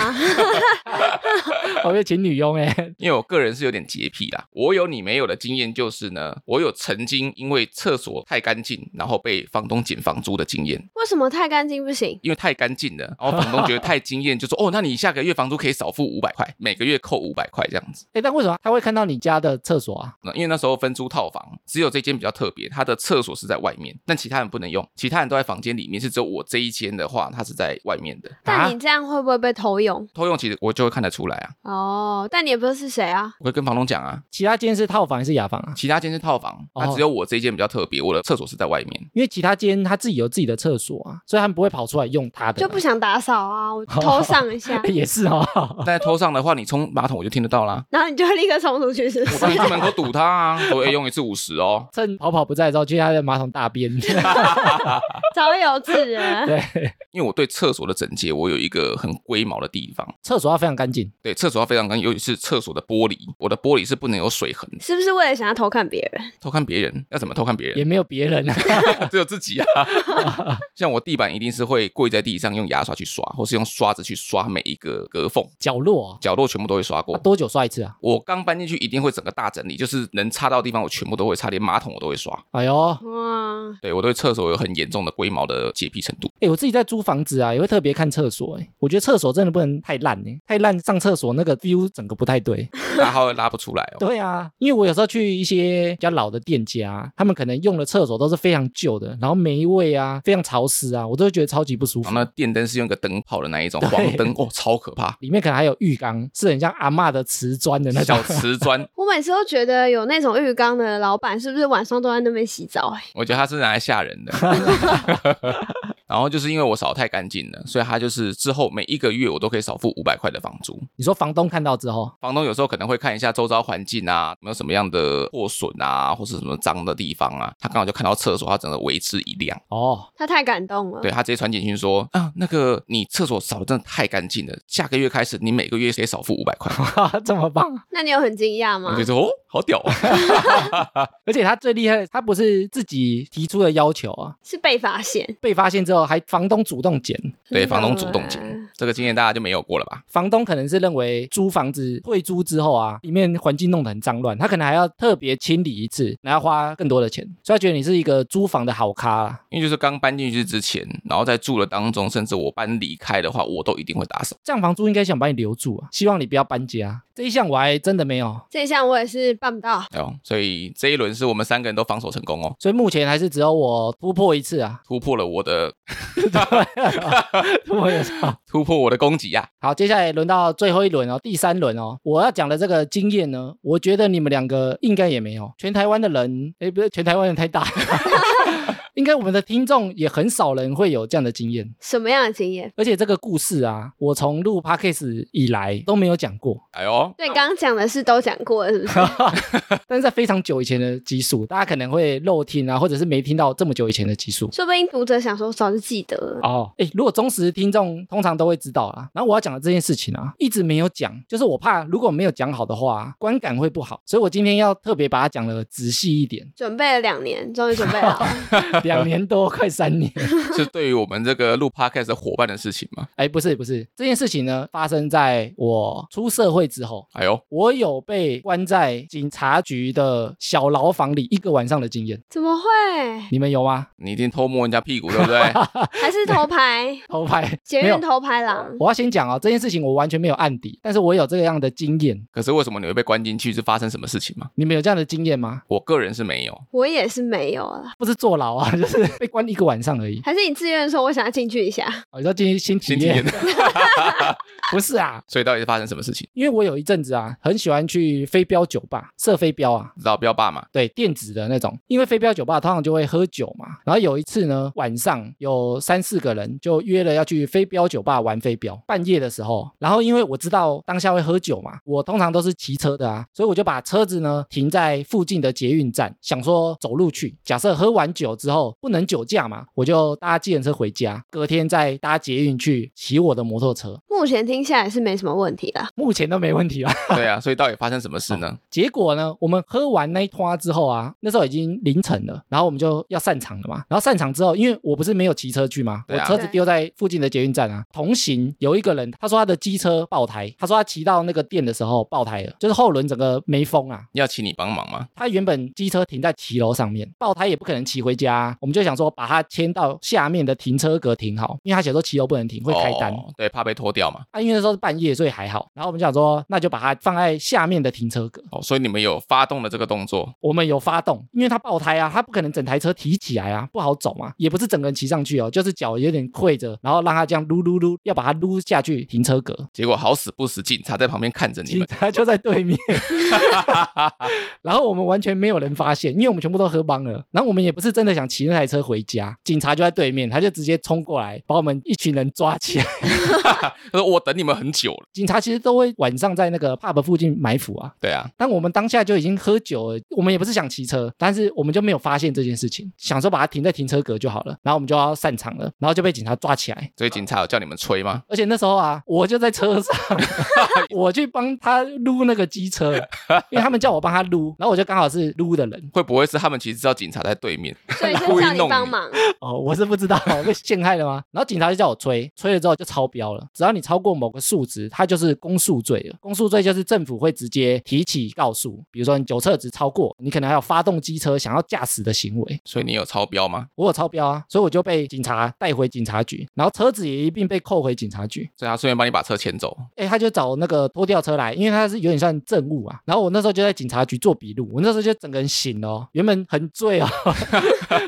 我要请女佣哎、
因为我个人是有点洁癖啦，我有你没有的经验就是呢，我有曾经因为厕所太干净，然后被房东减房租的经验。
为什么太干净不行？
因为太干净了，然后房东觉得太惊艳，就说：“ 哦，那你下个月房租可以少付五百块，每个月扣五百块这样子。
哎，但为什么他会看到你家的厕所啊？”
那因为那时候分租套房，只有这间比较特别，它的厕所是在外面，但其他人不能用，其他人都在房间里面，是只有我这一间的话，它是在外面的。
但你这样会不会被偷用？
偷用其实我就会看得出来啊，
哦，但你也不知道是谁啊，
我会跟房东讲啊，
其他间是套房还是雅房啊？
其他间是套房，
哦
啊，只有我这一间比较特别，我的厕所是在外面。
因为其他间他自己有自己的厕所啊，所以他们不会跑出来用他的。，
就不想打扫啊，我偷上一下
也是哦，
但在偷上的话，你冲马桶我就听得到啦，
然后你就立刻冲出去，是不
我
是
帮？你去门口堵它啊，我也用一次五十哦。
趁跑跑不在的时候去他的马桶大便。
早有自 人。
对，
因为我对厕所的整洁，我有一个很龟毛的地方，
厕所要非常干净。
对，厕所要非常干净，尤其是厕所的玻璃，我的玻璃是不能有水痕。
是不是为了想要偷看别人？
偷看别人要怎么偷看别
也
人？
没有别人啊，
只有自己啊。像我地板一定是会跪在地上用牙刷去刷，或是用刷子去刷每一个隔缝，
角落啊、
角落全部都会刷过。
啊多久刷一次啊？
我刚搬进去一定会整个大整理，就是能擦到的地方我全部都会擦，连马桶我都会刷。
哎呦，
哇，
对我对厕所有很严重的龟毛的洁癖程度。
哎，我自己在租房子啊，也会特别看厕所、欸。哎，我觉得厕所真的不能太烂哎、太烂上厕所那个 view 整个不太对。
大号拉不出来哦。
对啊，因为我有时候去一些比较老的店家，他们可能用的厕所都是非常旧的，然后霉味啊，非常潮湿啊，我都会觉得超级不舒服
然后。那电灯是用一个灯泡的那一种黄灯，哦，超可怕，
里面可能还有浴缸，是很像阿嬷的瓷砖的那种
小。瓷砖，
我每次都觉得有那种浴缸的老板是不是晚上都在那边洗澡、欸？
我觉得它是拿来吓 人的。然后就是因为我扫得太干净了，所以他就是之后每一个月我都可以少付五百块的房租。
你说房东看到之后，
房东有时候可能会看一下周遭环境啊，有没有什么样的破损啊，或是什么脏的地方啊。他刚好就看到厕所，他整个为之一亮。
哦，
他太感动了。
对他直接传简讯说啊，那个你厕所扫的真的太干净了，下个月开始你每个月可以少付五百块。
这么棒！
那你有很惊讶
我
吗
就？说哦，好屌、啊！
而且他最厉害的，他不是自己提出的要求啊，
是被发现，
被发现之后还房东主动捡，
真
对，
的
房东主动
欸
减，这个经验大家就没有过了吧？
房东可能是认为租房子退租之后啊，里面环境弄得很脏乱，他可能还要特别清理一次，然后花更多的钱，所以他觉得你是一个租房的好咖啦。
因为就是刚搬进去之前，然后在住的当中，甚至我搬离开的话，我都一定会打扫。
这样房租应该想把你留住啊，希望你不要搬家。这一项我还真的没有，
这一项我也是办不到。
哎呦，所以这一轮是我们三个人都防守成功哦，。
所以目前还是只有我突破一次啊
突破了我的
突破有 啥？
突破我的攻击啊呀、
好，接下来轮到最后一轮哦，第三轮哦，我要讲的这个经验呢，我觉得你们两个应该也没有，全台湾的人，诶，不是全台湾人太大。 应该我们的听众也很少人会有这样的经验，
什么样的经验？
而且这个故事啊，我从录 podcast 以来都没有讲过，
哎呦，
对，刚刚讲的是都讲过了，是不是？
但是在非常久以前的集数，大家可能会漏听啊，或者是没听到这么久以前的集数。
说不定读者想说早就记得了。，
哦，哎，如果忠实听众通常都会知道啊。然后我要讲的这件事情啊，一直没有讲，就是我怕如果没有讲好的话，观感会不好，所以我今天要特别把它讲的仔细一点
准备了两年，终于准备好了。
两年多快三年。
是对于我们这个录 podcast 的伙伴的事情吗？
哎，不是不是，这件事情呢发生在我出社会之后，
哎呦，
我有被关在警察局的小牢房里一个晚上的经验，
怎么会？
你们有吗？
你一定偷摸人家屁股，对不对？
还是偷拍
偷拍
捷
没有
运？偷拍狼？
我要先讲哦，这件事情我完全没有案底，但是我有这样的经验。
可是为什么你会被关进去？是发生什么事情吗？
你们有这样的经验吗？
我个人是没有，
我也是没有啦。
不是坐牢啊， 就是被关一个晚上而已。哦
还是你自愿说我想要进去一下？
我要进行新体
新体验
验，不是啊，
所以到底是发生什么事情？
因为我有一阵子啊，很喜欢去飞镖酒吧射飞镖啊，
知道彪爸嘛？
对，电子的那种。因为飞镖酒吧通常就会喝酒嘛，然后有一次呢，晚上有三四个人就约了要去飞镖酒吧玩飞镖，半夜的时候，然后因为我知道当下会喝酒嘛，我通常都是骑车的啊，所以我就把车子呢停在附近的捷运站，想说走路去。假设喝完酒之后不能酒驾嘛，我就搭计程车回家，隔天再搭捷运去骑我的摩托车。
目前听下来是没什么问题啦。
目前都没问题哦吧？
对啊，所以到底发生什么事 呢？
结果呢，我们喝完那一趴之后啊，那时候已经凌晨了，然后我们就要散场了嘛。然后散场之后，因为我不是没有骑车去嘛，
对啊
我车子
对
丢在附近的捷运站啊。同行有一个人，他说他的机车爆胎，他说他骑到那个店的时候爆胎了，就是后轮整个没风啊。
要请你帮忙吗？
他原本机车停在骑楼上面，爆胎也不可能骑回家啊、我们就想说把它牵到下面的停车格停好，因为他写说骑楼不能停，会开单。
哦对，怕被拖掉嘛。
啊，因为那时候是半夜，所以还好。然后我们就想说，那就把它放在下面的停车格。
哦，所以你们有发动了这个动作，
我们有发动，因为它爆胎啊，它不可能整台车提起来啊，不好走嘛，也不是整个人骑上去哦，就是脚有点跪着，然后让它这样撸撸撸，要把它撸下去停车格。
结果好死不死，警察在旁边看着你
警
们，
察就在对面， 然后我们完全没有人发现，因为我们全部都喝帮了。然后我们也不是真的想骑那台车回家，警察就在对面，他就直接冲过来把我们一群人抓起来。
他说我等你们很久了。
警察其实都会晚上在那个 pub 附近埋伏啊，
对啊，
但我们当下就已经喝酒了，我们也不是想骑车，但是我们就没有发现这件事情，想说把它停在停车格就好了，然后我们就要散场了，然后就被警察抓起来。
所以警察有叫你们吹吗？
而且那时候啊，我就在车上，我去帮他撸那个机车，因为他们叫我帮他撸，然后我就刚好是撸的人
会不会是他们其实知道警察在对面，
所以先
故意
叫你
弄
帮
你
忙，
哦，我是不知道 被陷害了吗？然后警察就叫我吹，吹了之后就超标了，只要你超过某个数值，它就是公诉罪了。公诉罪就是政府会直接提起告诉，比如说你酒测值超过，你可能还有发动机车想要驾驶的行为。
所以你有超标吗？
我有超标啊，所以我就被警察带回警察局，然后车子也一并被扣回警察局。
所以他顺便帮你把车牵走。
哎，他就找那个拖吊车来，因为他是有点像证物啊。然后我那时候就在警察局做笔录， 我那时候就整个人醒了哦、原本很醉哦，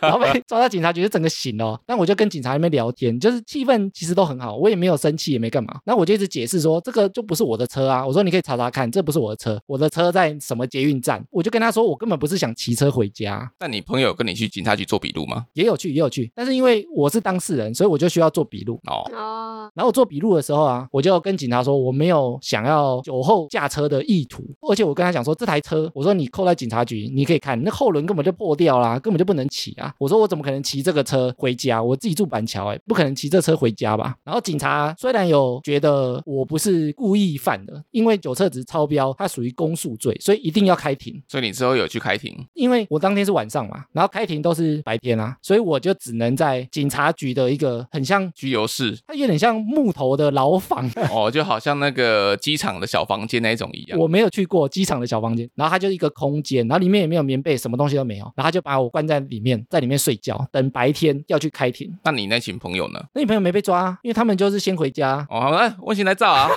然后被抓到警察局就整个醒了哦、但我就跟警察那边聊天，就是气氛其实都很好，我也没有生气，也没干嘛。那我就一直解释说，这个就不是我的车啊。我说你可以查查看，这不是我的车，我的车在什么捷运站？我就跟他说，我根本不是想骑车回家，啊
那你朋友有跟你去警察局做笔录吗？
也有去，也有去。但是因为我是当事人，所以我就需要做笔录。
哦，
哦，
然后我做笔录的时候啊，我就跟警察说我没有想要酒后驾车的意图，而且我跟他讲说这台车，我说你扣在警察局，你可以看那后轮根本就破掉啦，根本就不能骑啊。我说我怎么可能骑这个车回家？我自己住板桥、欸，哎，不可能骑这车回家吧？然后警察虽然有觉得我不是故意犯的，因为酒测值超标，它属于公诉罪，所以一定要开庭。
所以你之后有去开庭？
因为我当天是晚上嘛，然后开庭都是白天啊，所以我就只能在警察局的一个很像，
居留室
它有点像木头的牢房，
哦，就好像那个机场的小房间那一种一样。
我没有去过机场的小房间，然后它就是一个空间，然后里面也没有棉被，什么东西都没有，然后他就把我关在里面，在里面睡觉，等白天要去开庭。
那你那群朋友呢？
那你朋友没被抓、啊，因为他们就是先回家，
哦，好哎，我先来照啊。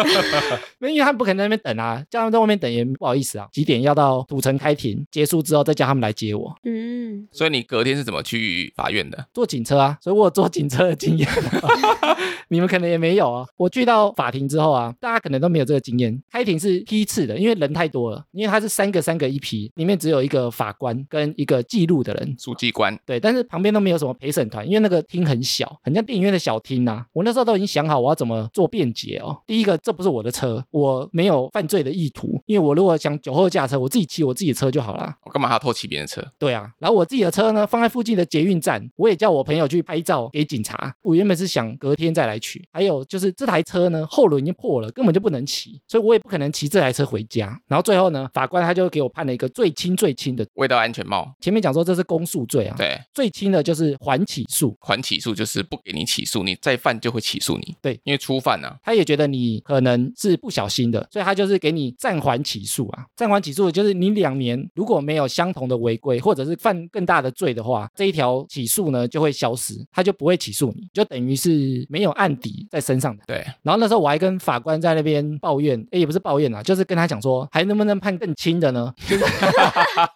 没因为他们不可能在那边等啊，叫他们在外面等也不好意思啊。几点要到土城开庭结束之后，再叫他们来接我，
嗯，
所以你隔天是怎么去法院的？
坐警车啊，所以我有坐警车的经验。 你们可能也没有啊。我去到法庭之后啊，大家可能都没有这个经验。开庭是批次的，因为人太多了，因为它是三个三个一批，里面只有一个法官跟一个记录的人。
书记官
对，但是旁边都没有什么陪审团，因为那个厅很小，很像电影院的小厅呐、我那时候都已经想好我要怎么做辩解哦。第一个，这不是我的车，我没有犯罪的意图，因为我如果想酒后驾车，我自己骑我自己的车就好啦。
哦我干嘛还要偷骑别人的车？
对啊，然后我自己的车呢放在附近的捷运站，我也叫我朋友去拍照给警察。我原本是想隔天再来取，还有就是这台车呢后轮已经破了，根本就不能骑，所以我也不可能骑这台车回家。然后最后呢，法官他就给我判了一个最轻最轻的，
未戴安全帽，
前面讲说这是公诉罪啊，
对，
最轻的就是缓起诉。
缓起诉就是不给你起诉，你再犯就会起诉你。
对，
因为初犯啊。
他也觉得你可能是不小心的，所以他就是给你暂缓起诉啊。暂缓起诉就是你两年如果没有相同的违规，或者是犯更大的罪的话，这一条起诉呢就会消失，他就不会起诉你，就等于是没有案底在身上的。
对，
然后那时候我还跟法官在那边抱怨，诶，也不是抱怨啊，就是跟他讲说还能不能判更轻的呢？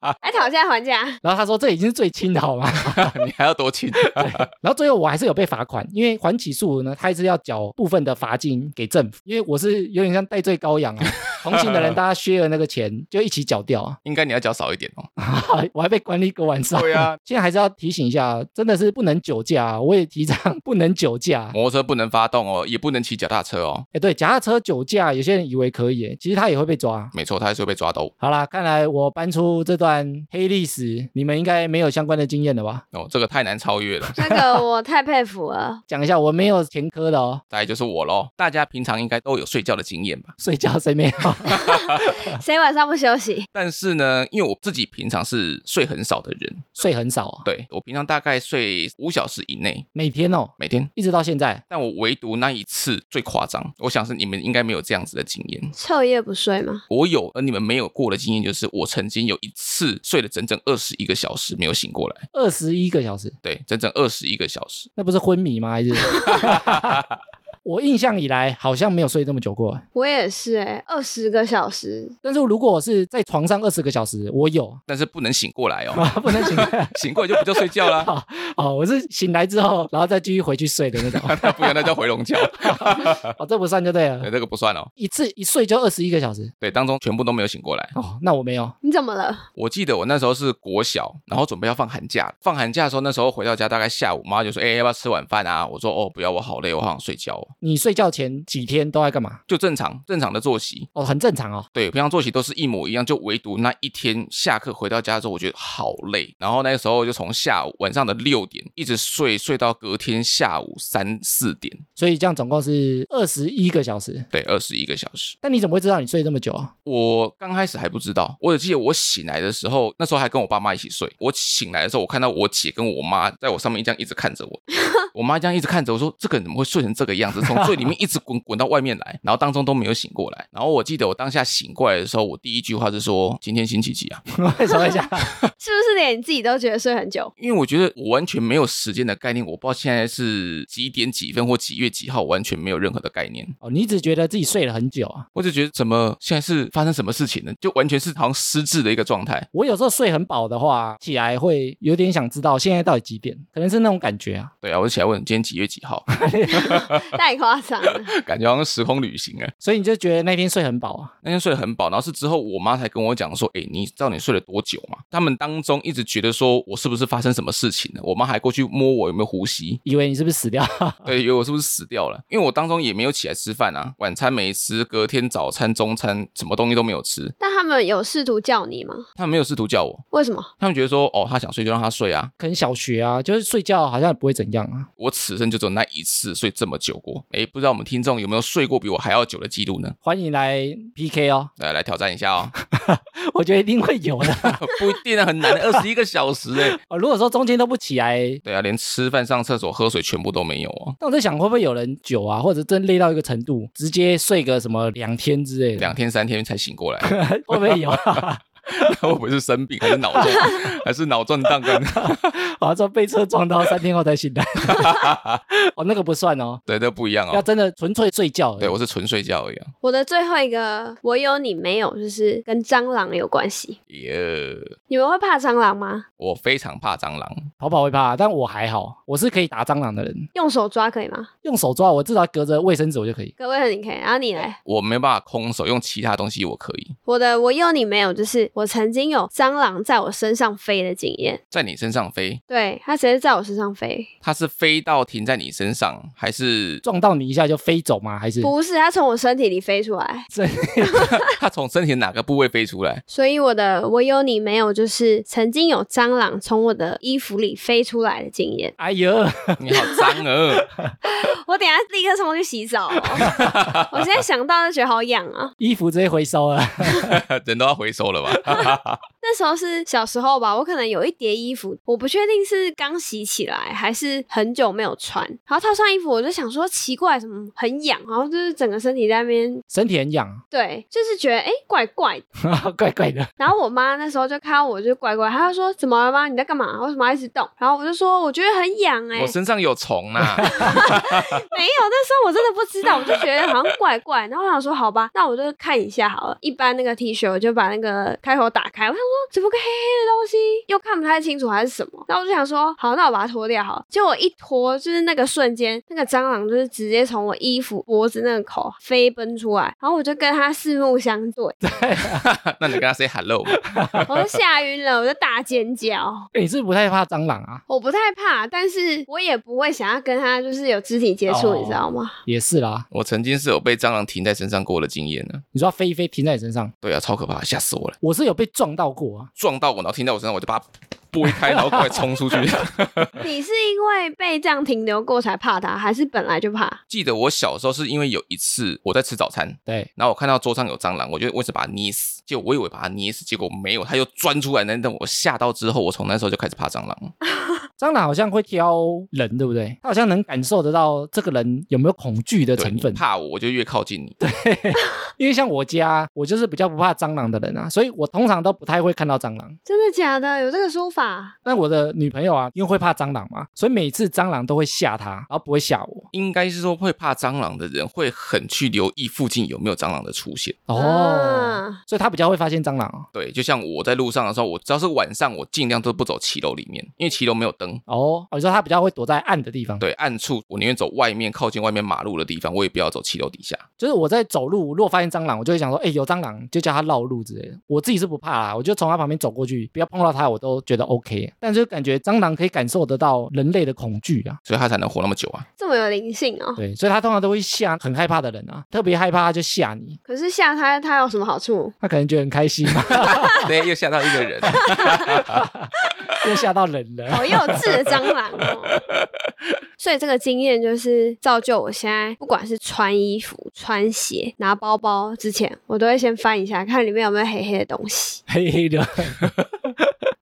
啊
哎，讨价还价，
然后他说这已经是最轻的好吗？
你还要多亲。
然后最后我还是有被罚款，因为缓起诉呢，他还是要缴部分的罚金给政府，因为我是有点像戴罪羔羊啊，同行的人大家 share 那个钱 就一起缴掉 啊，
应该你要缴少一点哦。
我还被关了一个晚上。
对啊，
现在还是要提醒一下，真的是不能酒驾、啊，我也提倡不能酒驾。
摩托车不能发动哦，也不能骑脚踏车哦。
哎，对，脚踏车酒驾，有些人以为可以耶，其实他也会被抓。
没错，他还是会被抓到
好啦，看来我搬出这段黑历史，你们应该没有相关的经验了吧？
哦。这个太难超越了。
这个我太佩服了。
讲一下，我没有前科的哦，
大概就是我喽。大家平常应该都有睡觉的经验吧？
睡觉谁没有？
谁晚上不休息？
但是呢，因为我自己平常是睡很少的人，
睡很少啊，
对我平常大概睡五小时以内
每天哦，
每天。
一直到现在。
但我唯独那一次最夸张，我想是你们应该没有这样子的经验。
彻夜不睡吗？
我有，呃而你们没有过的经验就是，我曾经有一次睡了整整二十一个小时没有醒过来，
二十一个小时，
对，整整二十一个小时。
那不是昏迷吗？还是？我印象以来好像没有睡这么久过，
我也是哎、欸，二十个小时，
但是如果我是在床上二十个小时，我有
但是不能醒过来哦，
啊， 不能醒 来。
醒过来就不叫睡觉啦，
哦，我是醒来之后，然后再继续回去睡的那种。
那不然那叫回笼觉，
哦，这不算就对
对，
了。
这个不算哦。
一次一睡就二十一个小时。
对，当中全部都没有醒过来。
哦，那我没有。
你怎么了？
我记得我那时候是国小，然后准备要放寒假，放寒假的时候，那时候回到家大概下午，妈就说：“哎、要不要吃晚饭啊？”我说：“哦，不要，我好累，我好想睡觉、哦。
你睡觉前几天都在干嘛”？
就正常正常的作息，
哦，很正常哦。
对，平常作息都是一模一样，就唯独那一天下课回到家之后，我觉得好累，然后那个时候就从下午晚上的六点一直睡睡到隔天下午三四点，
所以这样总共是二十一个小时。
对，二十一个小时。
但你怎么会知道你睡这么久啊？
我刚开始还不知道，我只记得我醒来的时候，那时候还跟我爸妈一起睡。我醒来的时候，我看到我姐跟我妈在我上面这样一直看着我，我妈这样一直看着我说：“这个人怎么会睡成这个样子？从最里面一直滚滚到外面来，然后当中都没有醒过来。然后我记得我当下醒过来的时候，我第一句话是说：“今天星期几啊
为什么会这样？
是不是连你自己都觉得睡很久？”？
因为我觉得我完全没有时间的概念，我不知道现在是几点几分或几月几号，完全没有任何的概念。
哦，你只觉得自己睡了很久啊。
我就觉得怎么现在是发生什么事情呢？就完全是好像失智的一个状态。
我有时候睡很饱的话，起来会有点想知道现在到底几点，可能是那种感觉啊。
对啊，我就起来问今天几月几号，
太夸张了，
感觉好像时空旅行哎。
所以你就觉得那天睡很饱啊。
那天睡得很饱，然后是之后我妈才跟我讲说，哎、你知道你睡了多久吗？他们当中一直觉得说我是不是发生什么事情了，我妈还过去摸我有没有呼吸，
以为你是不是死掉？啊
对，以为我是不是死掉了？因为我当中也没有起来吃饭啊，晚餐没吃，隔天早餐、中餐什么东西都没有吃，
但他们有试图叫你吗？
他们没有试图叫我，
为什么？
他们觉得说，哦，他想睡就让他睡啊。
可能小学啊，就是睡觉好像也不会怎样啊。
我此生就只有那一次睡这么久过，哎，不知道我们听众有没有睡过比我还要久的记录呢？
欢迎来 PK 哦，
来来挑战一下哦，
我觉得一定会有的。
不一定啊，很难，二十一个小时哎、
哦，如果说中间都不起来，
对啊，连吃饭、上厕所、喝水全部都没有哦。
那我在想会不会有人久啊，或者真累到一个程度，直接睡个什么两天之类的，
两天三天才醒过来，
会不会有啊？
我不是生病还是脑震， 还是脑震荡跟？
好像说被车撞到三天后才醒来，哦，那个不算哦，
对，都不一样
要
哦。
真的纯粹睡觉而已。
对，我是纯睡觉一哦样。
我的最后一个，我有你没有，就是跟蟑螂有关系。
耶、
你们会怕蟑螂吗？
我非常怕蟑螂，
跑跑会怕，但我还好，我是可以打蟑螂的人，
用手抓可以吗？各
用手抓，我至少隔着卫生纸我就可以。
各位，你可以。然后你来，
我没办法空手用其他东西，我可以
我的我有你没有，就是我曾经有蟑螂在我身上飞的经验。
在你身上飞。
对，它直接在我身上飞，
它是飞到停在你身上，还是
撞到你一下就飞走吗？还是
不是它从我身体里飞出来。
这
它从身体的哪个部位飞 出来？
所以我的我有你没有，就是曾经有蟑螂从我的衣服里飞出来的经验。
哎呦，
你好脏啊！
我等一下立刻冲去洗澡哦、我现在想到就觉得好痒啊。
衣服直接回收了，
人都要回收了吧？
那时候是小时候吧，我可能有一叠衣服，我不确定是刚洗起来还是很久没有穿。然后套上衣服，我就想说奇怪，怎么很痒？然后就是整个身体在那边，
身体很痒，
对，就是觉得哎、诶怪怪的。
怪怪的。
然后我妈那时候就看到我就怪怪，她就说怎么了吗？你在干嘛？为什么要一直动？然后我就说我觉得很痒哎、
我身上有虫啊！
没有，那时候我真的不知道，我就觉得好像怪怪。然后我想说，好吧，那我就看一下好了。一般那个 T 恤，我就把那个开口打开。我想说，怎么个黑黑的东西，又看不太清楚还是什么。然后我就想说，好，那我把它脱掉好了。结果一脱，就是那个瞬间，那个蟑螂就是直接从我衣服脖子那个口飞奔出来，然后我就跟它四目相对，
那你跟他 say hello 嘛？
我就吓晕了，我就大尖叫。
欸你是不是不太怕蟑螂啊？
我不太怕，但是我也不会想要跟它就是有肢体接触
哦
你知道吗？
也是啦，
我曾经是有被蟑螂停在身上过的经验呢。
你说它飞一飞停在你身上，
对啊，超可怕，吓死我了！
我是有被撞到过啊。
撞到我，然后停在我身上，我就把它拨开，然后快冲出去。
你是因为被这样停留过才怕它，还是本来就怕？
记得我小时候是因为有一次我在吃早餐，
对，
然后我看到桌上有蟑螂，我就我一直把它捏死，结果我以为把它捏死，结果没有，它又钻出来。那等我吓到之后，我从那时候就开始怕蟑螂。
蟑螂好像会挑人，对不对？它好像能感受得到这个人有没有恐惧的
对
成
你
分。
怕我，我就越靠近你。
因为像我家，我就是比较不怕蟑螂的人啊，所以我通常都不太会看到蟑螂。
真的假的？有这个说法？
但我的女朋友啊，因为会怕蟑螂嘛，所以每次蟑螂都会吓她，然后不会吓我。
应该是说会怕蟑螂的人会很去留意附近有没有蟑螂的出现。
哦，
啊
所以她比较会发现蟑螂哦。
对，就像我在路上的时候，我只要是晚上，我尽量都不走骑楼里面，因为骑楼没有灯。
哦，哦你说她比较会躲在暗的地方，，
对，暗处我宁愿走外面，靠近外面马路的地方，我也不要走骑楼底下。
就是我在走路，如果发现蟑螂，我就会想说，哎、有蟑螂，就叫它绕路之类的。我自己是不怕啦，我就从它旁边走过去，不要碰到它，我都觉得 OK。但就感觉蟑螂可以感受得到人类的恐惧啊，
所以他才能活那么久啊！
这么有灵性哦。
对，所以它通常都会吓很害怕的人啊，特别害怕它就吓你，
可是吓它，它有什么好处？
它可能觉得很开心嘛，
对，又吓到一个人，
又吓到人了。
好幼稚的蟑螂 哦！所以这个经验就是造就我现在，不管是穿衣服、穿鞋、拿包包之前，我都会先翻一下，看里面有没有黑黑的东西。
黑黑的，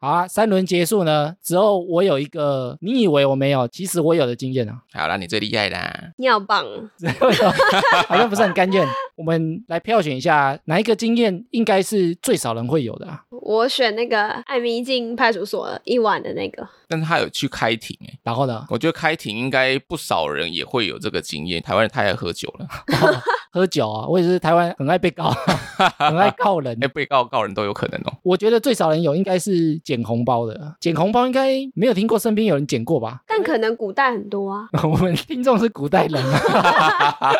好啊，三轮结束呢之后，我有一个你以为我没有，其实我有的经验啊，
好啦，你最厉害啦！
你好棒，
好像不是很甘愿。我们来票选一下哪一个经验应该是最少人会有的啊？
我选那个艾米进派出所一晚的那个，
但是他有去开庭哎、
然后呢，
我觉得开庭应该不少人也会有这个经验。台湾人太爱喝酒了，
喝酒啊，我也是台湾很爱被告， 很爱告人
哎、。被告告人都有可能哦。
我觉得最少人有应该是捡红包的，啊捡红包应该没有听过身边有人捡过吧？
但可能古代很多啊。
我们听众是古代人啊，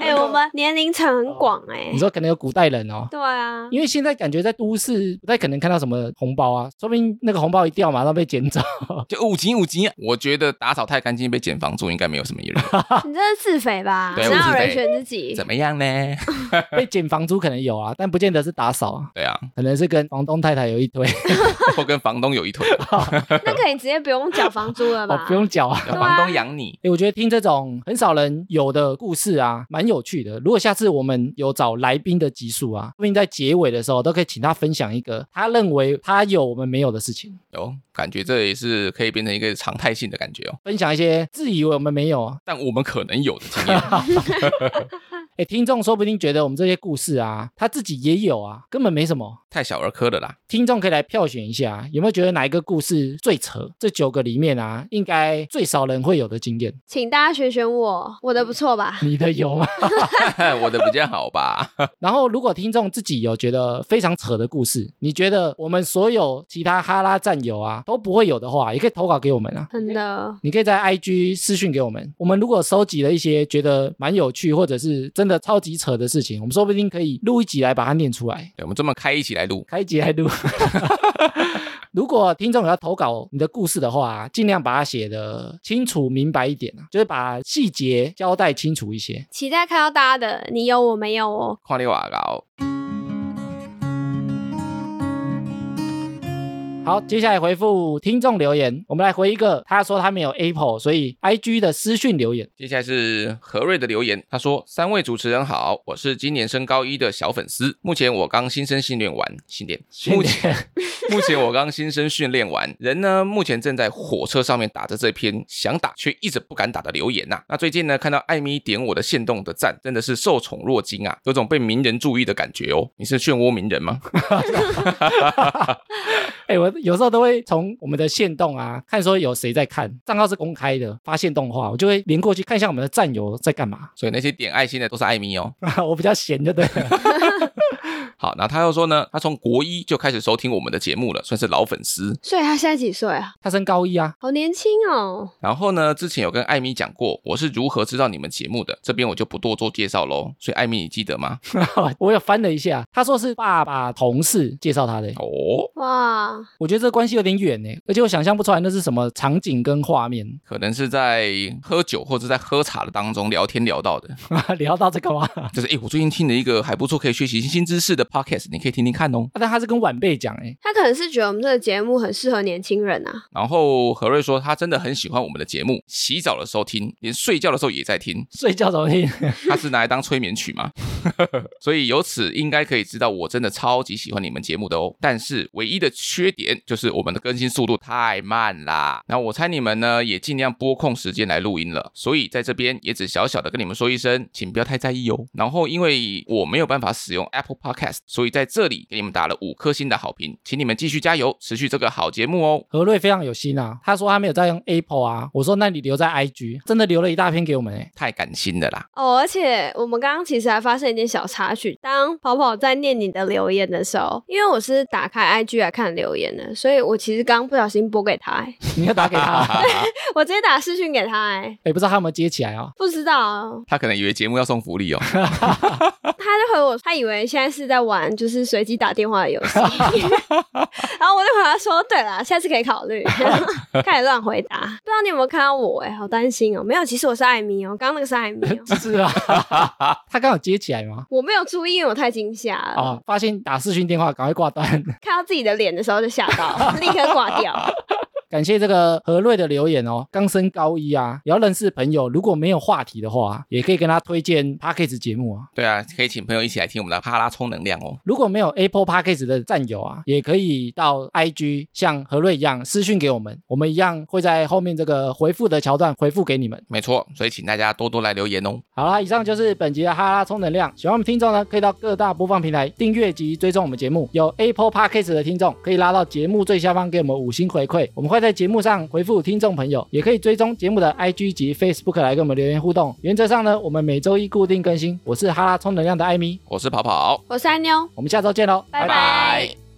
哎、我们年龄层很广哎、
你说可能有古代人哦。
对啊，
因为现在感觉在都市不太可能看到什么红包啊，说不定那个红包一掉马上被捡走。
就五级五级，啊我觉得打扫太干净被减房租应该没有什么疑虑。
你这是自肥吧？
对
哪
我
有
自肥
人选自己？
怎么样呢？
被捡房租可能有啊，但不见得是打扫啊，
对啊，
可能是跟房东太太有一腿，
我跟房东有一腿，
那可以直接不用缴房租了
哦
吧？，
不用缴啊。
要房东养你。
哎，我觉得听这种很少人有的故事啊，蛮有趣的。如果下次我们有找来宾的集数啊，说不定在结尾的时候都可以请他分享一个他认为他有我们没有的事情，
有哦感觉这也是可以变成一个常态性的感觉哦，
分享一些自以为我们没有啊。
但我们可能有的经验。
哎，听众说不定觉得我们这些故事啊，他自己也有啊，根本没什么。
太小儿科了啦，
听众可以来票选一下，有没有觉得哪一个故事最扯？这九个里面啊，应该最少人会有的经验，
请大家选选我，我的不错吧？
你的有吗？
我的比较好吧？
然后，如果听众自己有觉得非常扯的故事，你觉得我们所有其他哈拉战友啊都不会有的话，也可以投稿给我们啊。
真的，
你可以在 IG 私讯给我们，我们如果收集了一些觉得蛮有趣或者是真的超级扯的事情，我们说不定可以录一集来把它念出来，
对，我们这么开一起来录，
开一集来录。 如果听众有要投稿你的故事的话，尽量把它写的清楚明白一点啊，就是把细节交代清楚一些。
期待看到大家的，你有我没有哦。
跨啊列瓦高，
好，接下来回复听众留言，我们来回一个，他说他没有 Apple，所以 IG 的私讯留言。
接下来是何瑞的留言，他说：“三位主持人好，我是今年升高一的小粉丝，目前我刚新生训练完，训练，目前 目前我刚新生训练完，人呢目前正在火车上面打着这篇想打却一直不敢打的留言呐、啊那最近呢看到艾米点我的线动的赞，真的是受宠若惊啊，有种被名人注意的感觉哦。你是漩涡名人吗？
哎、我有时候都会从我们的线动啊，看说有谁在看，账号是公开的，发线动的话，我就会连过去看一下我们的战友在干嘛。
所以那些点爱心的都是艾米哦。
我比较闲，就对了。
好，那他又说呢，他从国一就开始收听我们的节目了，算是老粉丝。
所以他现在几岁啊？
他升高一啊，
好年轻哦。
然后呢，之前有跟艾米讲过，我是如何知道你们节目的，这边我就不多做介绍喽。所以艾米，你记得吗？
我有翻了一下，他说是爸爸同事介绍他的，
哦，
哇，
我觉得这关系有点远呢，而且我想象不出来那是什么场景跟画面。
可能是在喝酒或者在喝茶的当中聊天聊到的，
聊到这个吗？ 啊
就是诶，我最近听了一个还不错，可以学习新知识的 podcast，你可以听听看哦。
但他是跟晚辈讲哎，
他可能是觉得我们这个节目很适合年轻人啊。
然后何瑞说他真的很喜欢我们的节目，洗澡的时候听，连睡觉的时候也在听，
睡觉怎么听？
他是拿来当催眠曲吗？ 所以由此应该可以知道，我真的超级喜欢你们节目的哦。但是唯一的缺点就是我们的更新速度太慢啦。那我猜你们呢也尽量拨空时间来录音了，所以在这边也只小小的跟你们说一声，请不要太在意哦。然后因为我没有办法使用 Apple Podcast，所以在这里给你们打了五颗星的好评，请你们继续加油，持续这个好节目哦。
何瑞非常有心啊，他说他没有在用 Apple 啊，我说那你留在 IG，真的留了一大篇给我们哎，
太感心了啦，
哦，而且我们刚刚其实还发现一点小插曲。当跑跑在念你的留言的时候，因为我是打开 IG 来看留言的，所以我其实刚刚不小心拨给他、欸，
你要打给他、啊，
我直接打视讯给他、欸，
哎，不知道他有没有接起来哦。
不知道啊
他可能以为节目要送福利哦。
他就回我，他以为现在是在玩就是随机打电话的游戏，然后我就回他说：“对啦，下次可以考虑。”开始乱回答，不知道你有没有看到我、欸？哎，好担心哦、没有，其实我是艾米哦、刚刚那个是艾米 哦、
是啊，他刚好接起来吗？
我没有注意，因为我太惊吓了。
哦，发现打视讯电话，赶快挂断。
看到自己的脸的时候就吓到，立刻挂掉。
感谢这个何瑞的留言哦。刚升高一啊，也要认识朋友，如果没有话题的话，也可以跟他推荐 p a c k a g e 节目啊。
对啊，可以请朋友一起来听我们的哈拉充能量哦。
如果没有 Apple p a c k a g e 的战友啊，也可以到 IG 像何瑞一样私讯给我们，我们一样会在后面这个回复的桥段回复给你们。
没错，所以请大家多多来留言哦。
好啦，以上就是本集的哈拉充能量。喜欢我们听众呢，可以到各大播放平台订阅及追踪我们节目。有 Apple Podcast 的听众可以拉到节目最下方给我们五星回馈，我们会在节目上回复听众朋友。也可以追踪节目的 IG 及 Facebook 来跟我们留言互动。原则上呢，我们每周一固定更新。我是哈拉充能量的艾米，
我是跑跑，
我是安妞，
我们下周见喽，
拜拜